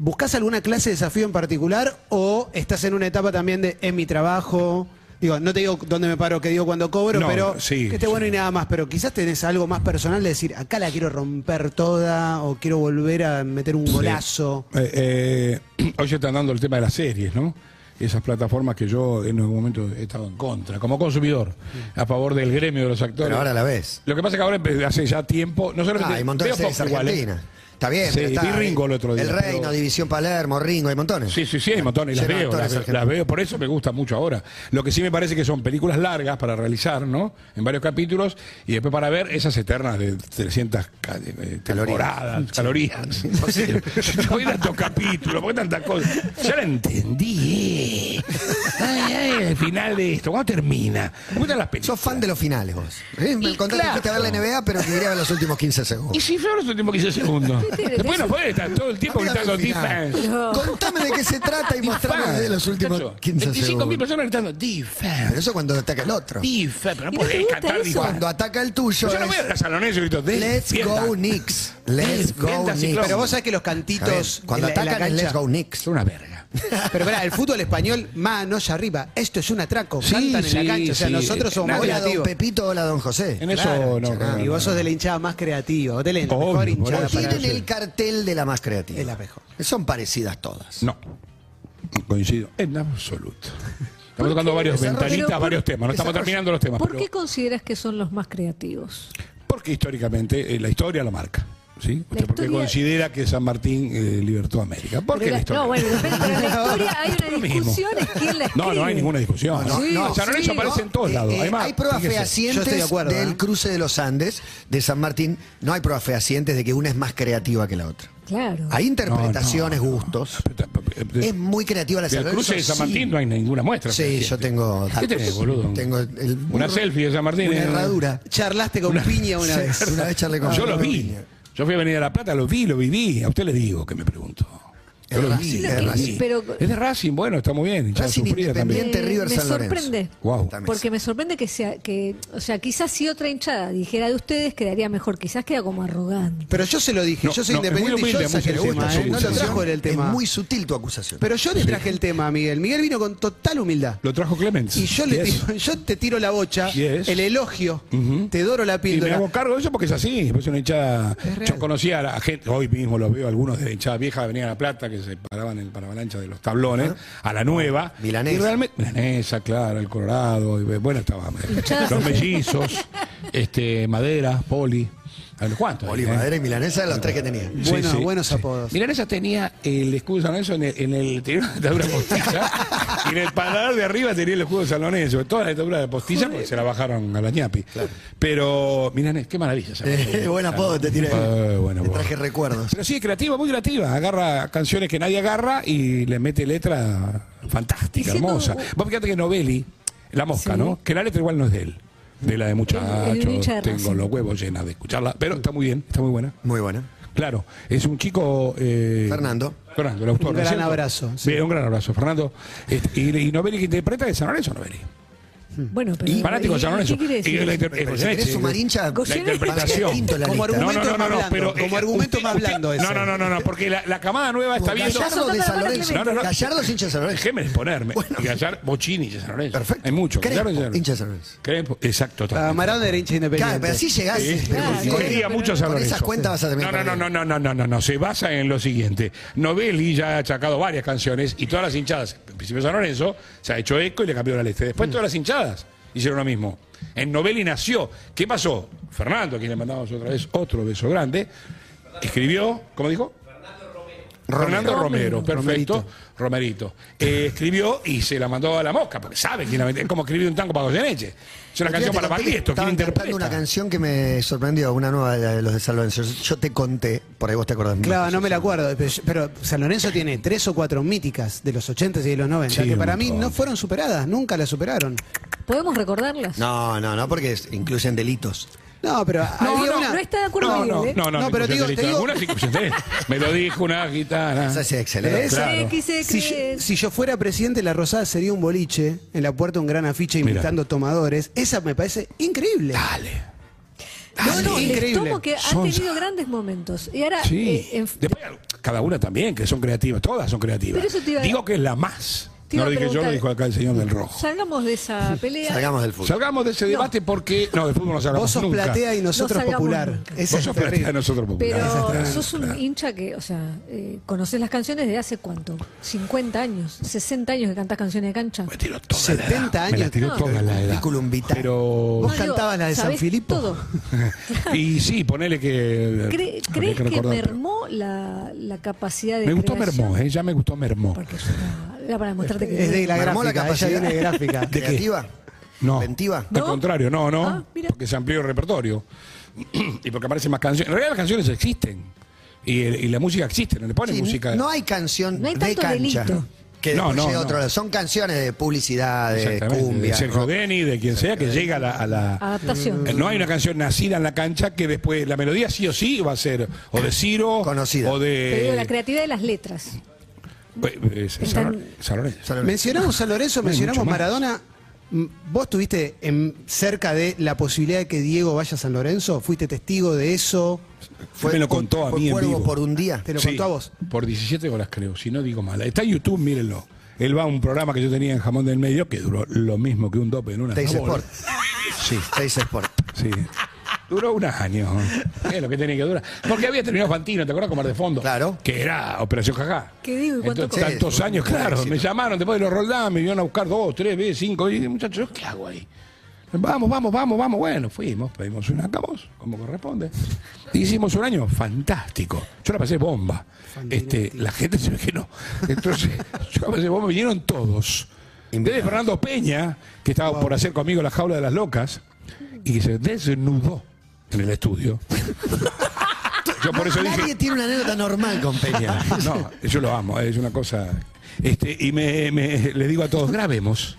Speaker 5: ¿Buscas alguna clase de desafío en particular o estás en una etapa también de en mi trabajo, Digo, no te digo dónde me paro, que digo cuando cobro,
Speaker 4: No,
Speaker 5: pero
Speaker 4: sí,
Speaker 5: que esté bueno y nada más. Pero quizás tenés algo más personal de decir, acá la quiero romper toda o quiero volver a meter un golazo.
Speaker 4: Eh, eh, hoy se están dando el tema de las series, ¿no? Esas plataformas que yo en algún momento he estado en contra, como consumidor, a favor del gremio de los actores.
Speaker 3: Pero ahora la ves.
Speaker 4: Lo que pasa es que ahora empe- hace ya tiempo, no solamente
Speaker 3: Ah, hay montones de
Speaker 4: veo
Speaker 3: series
Speaker 4: poco igual, ¿eh?
Speaker 3: argentinas. Está bien,
Speaker 4: Sí,
Speaker 3: pero está.
Speaker 4: vi Ringo el otro día,
Speaker 3: El Reino,
Speaker 4: pero-
Speaker 3: División Palermo, Ringo, hay montones.
Speaker 4: Sí, sí, sí, hay montones, y las
Speaker 3: Lleno de
Speaker 4: veo,
Speaker 3: actores
Speaker 4: las, las
Speaker 3: argentinos.
Speaker 4: veo, por eso me gusta mucho ahora. Lo que sí me parece que son películas largas para realizar, ¿no? En varios capítulos, y después para ver esas eternas de 300 ca- eh, temporadas, calorías. Entonces, ¿por qué tantos capítulos? ¿Por qué tantas cosas? Ya la entendí. Ay, ay, el final de esto, ¿cuándo termina? ¿Cómo están las películas?
Speaker 3: Sos fan de los finales vos. ¿Eh? Me
Speaker 4: Y
Speaker 3: contaste que
Speaker 4: claro.
Speaker 3: fuiste a ver la NBA, pero que quería ver los últimos 15
Speaker 4: Y
Speaker 3: segundos.
Speaker 4: si yo los últimos 15 segundos. Después no puede estar todo el tiempo
Speaker 3: Hablame
Speaker 4: gritando
Speaker 3: del final.
Speaker 4: defense.
Speaker 3: Contame de qué se trata y mostrame de los últimos 15
Speaker 4: 25 mil
Speaker 3: segundos.
Speaker 4: personas gritando defense.
Speaker 3: Pero eso cuando ataca el otro.
Speaker 4: Tifa, pero no
Speaker 6: ¿Y no te
Speaker 4: podés
Speaker 6: gusta
Speaker 4: cantar
Speaker 6: eso?
Speaker 4: Tifa.
Speaker 3: Cuando ataca el tuyo.
Speaker 4: Yo no
Speaker 3: es,
Speaker 4: voy a las salones y grito, "Dale,
Speaker 3: Let's
Speaker 4: mierda".
Speaker 3: go Knicks. Let's
Speaker 4: Defienda,
Speaker 3: go
Speaker 4: sí,
Speaker 3: Knicks.
Speaker 4: claro.
Speaker 5: Pero vos sabés que los
Speaker 3: Javier,
Speaker 5: cantitos.
Speaker 3: cuando
Speaker 5: en la- en la
Speaker 3: atacan el
Speaker 5: cancha-
Speaker 3: Let's go Knicks.
Speaker 4: Son una verga.
Speaker 5: Pero verá, el fútbol español, manos arriba. Esto es un atraco.
Speaker 4: Sí,
Speaker 5: Cantan en
Speaker 4: sí,
Speaker 5: la cancha. O sea,
Speaker 4: sí. eh,
Speaker 5: nosotros somos más
Speaker 3: Hola don
Speaker 5: creativos.
Speaker 3: Pepito, hola don José.
Speaker 4: En eso
Speaker 3: Claro,
Speaker 4: no,
Speaker 3: chacal.
Speaker 4: claro.
Speaker 5: Y vos sos de la hinchada más creativa. Vos tenés la
Speaker 4: Obvio,
Speaker 5: mejor
Speaker 4: por
Speaker 5: hinchada.
Speaker 4: eso.
Speaker 5: para
Speaker 3: Tienen
Speaker 5: eso.
Speaker 3: el cartel de la más creativa.
Speaker 5: Es la mejor.
Speaker 3: Son parecidas todas.
Speaker 4: No. Coincido. En absoluto. Estamos tocando varios
Speaker 6: Desarrollo,
Speaker 4: ventanitas,
Speaker 6: pero-
Speaker 4: varios temas. No estamos terminando los temas.
Speaker 6: ¿Por
Speaker 4: pero-
Speaker 6: qué consideras que son los más creativos?
Speaker 4: Porque históricamente eh, la historia lo marca. ¿Sí?
Speaker 6: La
Speaker 4: Usted porque
Speaker 6: historia-
Speaker 4: considera que San Martín eh, libertó a América. ¿Por qué la
Speaker 6: Pero la-
Speaker 4: historia?
Speaker 6: No, bueno, depende, pero en la historia hay
Speaker 4: Lo
Speaker 6: una
Speaker 4: mismo.
Speaker 6: discusión, es quién la escribe.
Speaker 4: No, no hay ninguna discusión.
Speaker 6: No, no,
Speaker 4: San Lorenzo
Speaker 6: sí.
Speaker 4: aparece en todos
Speaker 3: Eh,
Speaker 4: lados.
Speaker 3: eh,
Speaker 4: Además,
Speaker 3: hay pruebas
Speaker 4: fíjese.
Speaker 5: yo estoy
Speaker 3: fehacientes
Speaker 5: de acuerdo,
Speaker 3: del
Speaker 5: ¿eh?
Speaker 3: cruce de los Andes, de San Martín. No hay pruebas fehacientes de que una es más creativa que la otra.
Speaker 6: Claro.
Speaker 3: Hay interpretaciones,
Speaker 4: No, no, no.
Speaker 3: gustos.
Speaker 4: Pero-
Speaker 3: Es muy creativa la
Speaker 4: Del
Speaker 3: San
Speaker 4: cruce
Speaker 3: Lorenzo,
Speaker 4: de San
Speaker 3: sí.
Speaker 4: Martín no hay ninguna muestra.
Speaker 3: Sí, yo tengo
Speaker 4: ¿Qué
Speaker 3: datos.
Speaker 4: tenés, boludo?
Speaker 3: Tengo el
Speaker 4: Una
Speaker 3: burro,
Speaker 4: selfie de San Martín.
Speaker 3: Una
Speaker 4: eh.
Speaker 3: herradura.
Speaker 5: Charlaste con Piña una
Speaker 3: Sí,
Speaker 5: vez.
Speaker 3: Una vez charlé con
Speaker 4: Yo
Speaker 3: Pablo
Speaker 4: lo vi.
Speaker 3: Piña.
Speaker 4: Yo fui a venir a La Plata, lo vi, lo viví. A usted le digo que me preguntó. Yo
Speaker 3: Es
Speaker 4: lo
Speaker 3: Racing,
Speaker 4: vi,
Speaker 3: es
Speaker 4: lo vi.
Speaker 3: Racing.
Speaker 6: Pero-
Speaker 4: es de Racing, bueno, está muy bien. hinchada
Speaker 3: Racing
Speaker 4: sufrida también.
Speaker 3: Independiente
Speaker 6: Eh,
Speaker 3: River
Speaker 6: me
Speaker 3: San Lorenzo.
Speaker 6: sorprende.
Speaker 4: Wow.
Speaker 3: También.
Speaker 6: Porque me sorprende que sea, que, o sea, quizás si otra hinchada dijera de ustedes quedaría mejor, quizás queda como arrogante.
Speaker 5: Pero yo se lo dije,
Speaker 4: No,
Speaker 5: yo soy
Speaker 4: no, es muy
Speaker 5: independiente
Speaker 4: humilde,
Speaker 5: y yo saqué el
Speaker 4: muy
Speaker 5: tema,
Speaker 4: humilde,
Speaker 5: ¿eh? No
Speaker 4: sí,
Speaker 5: lo
Speaker 4: sí.
Speaker 5: trajo él el tema.
Speaker 3: Es muy sutil tu acusación.
Speaker 5: Pero yo le traje el tema, Miguel. Miguel vino con total humildad.
Speaker 4: Lo trajo Clemens.
Speaker 5: Y yo le
Speaker 4: Yes.
Speaker 5: tiro- yo te tiro la bocha,
Speaker 4: Yes.
Speaker 5: el elogio,
Speaker 4: Ujú.
Speaker 5: te doro la
Speaker 4: Y me
Speaker 5: píldora.
Speaker 4: hago cargo de eso porque es así. Es una hinchada. Yo conocía a la gente, hoy mismo los veo algunos de hinchada vieja de Avenida La Plata que se paraban en el paravalancha de los tablones, a la nueva.
Speaker 3: Milanesa.
Speaker 4: Y realmente, milanesa, claro, el Colorado. y bueno, estaba. eh,
Speaker 6: Hinchadas.
Speaker 4: Los mellizos, este, madera, poli. A ver, ¿Cuántos? hay, eh?
Speaker 3: Olimadera y Milanesa eran los tres que tenía.
Speaker 4: Sí,
Speaker 5: Bueno,
Speaker 4: sí,
Speaker 5: buenos
Speaker 4: sí.
Speaker 5: apodos.
Speaker 4: Milanesa tenía el escudo sanloneso en el, en el interior de la dentadura postiza y en el paladar de arriba tenía el escudo sanloneso. Toda la dentadura de postiza porque se la bajaron a la ñapi. Pero, Milanés, qué maravilla. esa
Speaker 3: Eh,
Speaker 4: mujer.
Speaker 3: buen apodo te tiré.
Speaker 4: Eh, buen
Speaker 3: Te
Speaker 4: apodo.
Speaker 3: traje recuerdos.
Speaker 4: Pero sí, creativa, muy creativa. Agarra canciones que nadie agarra y le mete letra fantástica,
Speaker 6: Diciendo-
Speaker 4: hermosa. Vos fíjate que Novelli, la mosca,
Speaker 6: Sí.
Speaker 4: ¿no? Que la letra igual no es de él. De la de
Speaker 6: El- el
Speaker 4: muchachos,
Speaker 6: hincha de
Speaker 4: tengo
Speaker 6: Racing.
Speaker 4: los huevos llenos de escucharla. Pero está muy bien, está muy buena.
Speaker 3: Muy buena.
Speaker 4: Claro, es un chico. eh,
Speaker 3: Fernando.
Speaker 4: Fernando, el autor.
Speaker 5: Un
Speaker 4: ¿no es
Speaker 5: gran
Speaker 4: cierto?
Speaker 5: abrazo, sí.
Speaker 4: Bien, un gran abrazo, Fernando. Este, y, y Novelli que interpreta de San Lorenzo, Novelli.
Speaker 6: Bueno, pero.
Speaker 4: Y fanático de San
Speaker 6: ¿y
Speaker 4: Lorenzo.
Speaker 6: ¿Qué quiere
Speaker 4: Y
Speaker 6: decir?
Speaker 4: la inter-
Speaker 3: Pero
Speaker 4: es-
Speaker 3: si querés
Speaker 4: es-
Speaker 3: sumar hincha,
Speaker 4: la
Speaker 6: Goyeneche.
Speaker 4: interpretación.
Speaker 3: Quinto en la
Speaker 5: Como
Speaker 3: lista.
Speaker 5: argumento es más blando, como
Speaker 4: eh,
Speaker 5: argumento es más
Speaker 4: usted-
Speaker 5: blando
Speaker 4: No,
Speaker 5: ese.
Speaker 4: no, no, no, no, porque la, la camada nueva está viendo.
Speaker 3: Gallardo de San Lorenzo.
Speaker 4: No, no, no.
Speaker 3: Gallardo es hincha de San Lorenzo.
Speaker 4: Déjeme exponerme. Gallar, Bochini de San Lorenzo.
Speaker 3: Perfecto.
Speaker 4: Hay mucho.
Speaker 3: Crespo,
Speaker 4: Gallardo de
Speaker 3: hincha de San Lorenzo.
Speaker 4: Crespo, exacto.
Speaker 5: Ah,
Speaker 4: también.
Speaker 5: Maradona era hincha
Speaker 3: Claro,
Speaker 5: independiente.
Speaker 3: pero así llegás.
Speaker 4: Sí,
Speaker 3: pero
Speaker 6: claro.
Speaker 3: con-
Speaker 4: sí,
Speaker 3: con-
Speaker 4: corría
Speaker 6: pero
Speaker 4: mucho a San
Speaker 3: con
Speaker 4: Lorenzo.
Speaker 3: esas cuentas vas a terminar
Speaker 4: No, no,
Speaker 3: perdiendo.
Speaker 4: no, no, no, no, no, no, se basa en lo siguiente. Novelli ya ha achacado varias canciones y todas las hinchadas, en principio San Lorenzo, se ha hecho eco y le cambió la letra.
Speaker 3: Mm.
Speaker 4: Después todas las hinchadas hicieron lo mismo. En Novelli nació. ¿Qué pasó? Fernando, a quien le mandamos otra vez otro beso grande, escribió, ¿cómo dijo? Fernando Romero, perfecto. Romerito. Eh, escribió y se la mandó a la mosca, porque sabe quién la metió. Es como escribir un tango para Goyeneche. Es una canción
Speaker 3: Yo te conté
Speaker 4: para
Speaker 3: que
Speaker 4: Baglietto, ¿quién
Speaker 3: Estaban
Speaker 4: interpreta?
Speaker 3: cantando una canción que me sorprendió, una nueva de los de San Lorenzo. Yo- Yo te conté, por ahí vos te acordás.
Speaker 5: Claro, no me la acuerdo. Pero, pero San Lorenzo tiene tres o cuatro míticas de los 80 y de los 90
Speaker 4: Sí,
Speaker 5: que
Speaker 4: un
Speaker 5: para mí
Speaker 4: montón.
Speaker 5: no fueron superadas, nunca las superaron.
Speaker 6: ¿Podemos recordarlas?
Speaker 3: No, no, no, porque es- incluyen delitos.
Speaker 5: No, pero había una.
Speaker 6: no está de acuerdo
Speaker 4: no,
Speaker 6: Miguel,
Speaker 4: no,
Speaker 6: ¿eh?
Speaker 4: no, no,
Speaker 5: No, pero
Speaker 4: inclusión de
Speaker 5: te digo- te
Speaker 4: delito.
Speaker 5: digo-
Speaker 4: Algunas inclusión de delito. Me lo dijo una gitana.
Speaker 3: Esa es excelente.
Speaker 5: Pero esa-
Speaker 4: Claro.
Speaker 6: XXX.
Speaker 5: Si, yo- si yo fuera presidente de la Rosada sería un boliche, en la puerta un gran afiche
Speaker 4: Mira.
Speaker 5: invitando tomadores. Esa me parece increíble.
Speaker 4: Dale.
Speaker 6: No, no, les
Speaker 5: Increíble.
Speaker 6: tomo que han
Speaker 4: Son-
Speaker 6: tenido grandes momentos. Y ahora,
Speaker 4: Sí.
Speaker 6: eh, en-
Speaker 4: Después, cada una también, que son creativas. Todas son creativas.
Speaker 6: Pero eso te iba a-
Speaker 4: Digo que es la más.
Speaker 6: Te
Speaker 4: No
Speaker 6: iba
Speaker 4: lo
Speaker 6: a
Speaker 4: dije yo, lo
Speaker 6: preguntar,
Speaker 4: dijo acá el señor del rojo.
Speaker 6: Salgamos de esa pelea.
Speaker 3: Salgamos del fútbol.
Speaker 4: Salgamos de ese debate porque. No, del fútbol no salgamos
Speaker 5: Vos sos
Speaker 4: nunca.
Speaker 5: platea y nosotros
Speaker 6: salgamos
Speaker 5: popular.
Speaker 6: nunca.
Speaker 5: Ese
Speaker 4: Vos
Speaker 5: es
Speaker 4: sos
Speaker 5: terrible.
Speaker 4: platea, nosotros populares.
Speaker 6: Pero sos un hincha que, o sea, eh, conoces las canciones de hace cuánto? 50 años, 60 años que cantás canciones de cancha.
Speaker 4: Me tiró toda
Speaker 5: 70
Speaker 4: la edad.
Speaker 5: años.
Speaker 4: Me la tiró
Speaker 5: No,
Speaker 4: toda la edad.
Speaker 3: currículum vitae.
Speaker 4: Pero.
Speaker 5: Vos cantabas la de San
Speaker 6: ¿sabés
Speaker 5: Filipo?
Speaker 6: Todo.
Speaker 4: y sí, ponele que.
Speaker 6: ¿Cre-
Speaker 4: habría
Speaker 6: ¿Crees que
Speaker 4: recordar, pero-
Speaker 6: mermó la, la capacidad de
Speaker 4: Me gustó
Speaker 6: creación?
Speaker 4: Mermó, ¿eh? ya me gustó Mermó.
Speaker 6: Porque es una- era para mostrarte que...
Speaker 5: Es de la
Speaker 3: Mermó la
Speaker 5: gráfica, ella
Speaker 3: capacidad.
Speaker 5: viene de gráfica.
Speaker 3: ¿De creativa?
Speaker 4: No.
Speaker 3: ¿Inventiva?
Speaker 4: Al
Speaker 6: ¿No?
Speaker 4: contrario, no, no.
Speaker 6: Ah, mira.
Speaker 4: porque se amplió el repertorio. y porque aparecen más canciones. En realidad las canciones existen. Y, el- y la música existe, no le ponen
Speaker 3: Sí,
Speaker 4: música.
Speaker 3: No hay canción
Speaker 6: No hay
Speaker 3: de
Speaker 6: tanto
Speaker 3: cancha.
Speaker 6: delito.
Speaker 3: Que
Speaker 4: No,
Speaker 3: no,
Speaker 4: no,
Speaker 3: llega a otro
Speaker 4: no.
Speaker 3: lado. Son canciones de publicidad, de
Speaker 4: Exactamente,
Speaker 3: cumbia.
Speaker 4: de Sergio
Speaker 3: rock.
Speaker 4: Denny, de quien sea, que llega a la. a la-
Speaker 6: Adaptación.
Speaker 4: Eh, No hay una canción nacida en la cancha que después la melodía sí o sí va a ser o de Ciro
Speaker 3: Conocida.
Speaker 4: o
Speaker 6: Te digo, la
Speaker 4: de
Speaker 6: creatividad de las letras.
Speaker 4: Eh, eh, San-
Speaker 6: Están-
Speaker 4: San Lorenzo.
Speaker 5: Mencionamos San Lorenzo,
Speaker 4: hay
Speaker 5: mencionamos
Speaker 4: mucho más.
Speaker 5: Maradona. Mm, ¿Vos estuviste en- cerca de la posibilidad de que Diego vaya a San Lorenzo? ¿Fuiste testigo de eso?
Speaker 4: Fue, me lo contó a
Speaker 3: fue
Speaker 4: mí en
Speaker 3: Cuervo
Speaker 4: vivo.
Speaker 3: por un día.
Speaker 5: ¿Te lo
Speaker 4: Sí,
Speaker 5: contó a vos?
Speaker 4: Por 17 horas creo, si no digo mal. Está en YouTube, mírenlo. Él va a un programa que yo tenía en Jamón del Medio que duró lo mismo que un dope en una
Speaker 3: Teis
Speaker 4: sabor.
Speaker 3: Sport. Sí. Teis Sport.
Speaker 4: Sí. Duró unos años. Es lo que tenía que durar. Porque había terminado Fantino, ¿te acuerdas? Comer de fondo.
Speaker 3: Claro.
Speaker 4: Que era Operación Jajá.
Speaker 6: ¿Qué digo? ¿Y cuánto
Speaker 4: Entonces,
Speaker 3: cobra?
Speaker 4: Tantos
Speaker 3: Sí,
Speaker 4: años,
Speaker 3: un
Speaker 4: claro.
Speaker 3: éxito.
Speaker 4: Me llamaron después de los Roldán, me vinieron a buscar dos, tres veces, cinco. Y dije, muchachos, ¿yo ¿qué hago ahí? Vamos, vamos, vamos, vamos. Bueno, fuimos, pedimos una acabos, como corresponde. Hicimos un año fantástico. Yo la pasé bomba. Este, la gente se ve que no. Entonces, yo la pasé bomba, vinieron todos. Desde Fernando Peña, que estaba por hacer conmigo la jaula de las locas, y que se desnudó en el estudio. Yo por eso dije,
Speaker 3: Nadie tiene una anécdota normal con Peña.
Speaker 4: no, yo lo amo, es una cosa. Este, y me, me- le digo a todos, grabemos.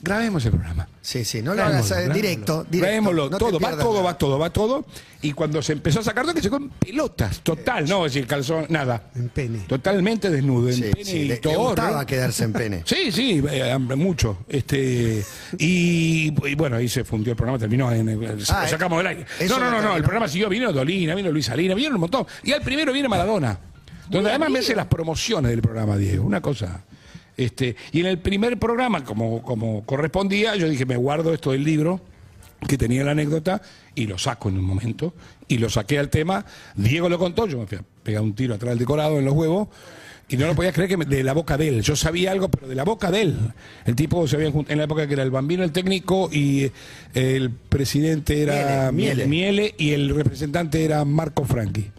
Speaker 4: Grabemos el programa.
Speaker 3: Sí, sí, no lo hagas eh,
Speaker 4: Grabémoslo,
Speaker 3: directo.
Speaker 4: grabémoslo.
Speaker 3: directo.
Speaker 4: Grabémoslo
Speaker 3: No te
Speaker 4: todo, va
Speaker 3: pierdas
Speaker 4: todo,
Speaker 3: nada.
Speaker 4: va todo, va todo. Y cuando se empezó a sacar todo, que se con pelotas, total, no, es decir, calzón, nada.
Speaker 5: En pene.
Speaker 4: Totalmente desnudo, en
Speaker 3: Sí,
Speaker 4: pene
Speaker 3: sí,
Speaker 4: y
Speaker 3: le, le
Speaker 4: todo. ¿eh?
Speaker 3: gustaba quedarse en pene.
Speaker 4: Sí, sí, eh, hambre, mucho. Este, y, y bueno, ahí se fundió el programa, terminó en el-
Speaker 3: Ah,
Speaker 4: lo sacamos del aire.
Speaker 3: eso
Speaker 4: No, no,
Speaker 3: no
Speaker 4: no, no, el
Speaker 3: terminó.
Speaker 4: programa siguió, vino Dolina, vino Luis Salina, vino un montón. Y al primero viene Maradona, donde además me hace las promociones del programa, Diego, una cosa. Este, y en el primer programa, como, como correspondía, yo dije, me guardo esto del libro que tenía la anécdota y lo saco en un momento y lo saqué al tema, Diego lo contó, yo me fui a pegar un tiro atrás del decorado en los huevos y no lo podía creer que me- de la boca de él. Yo sabía algo, pero de la boca de él. El tipo se había juntado en la época que era el bambino, el técnico, y eh, el presidente era
Speaker 3: Miele,
Speaker 4: Miele, y el representante era Marco Franchi.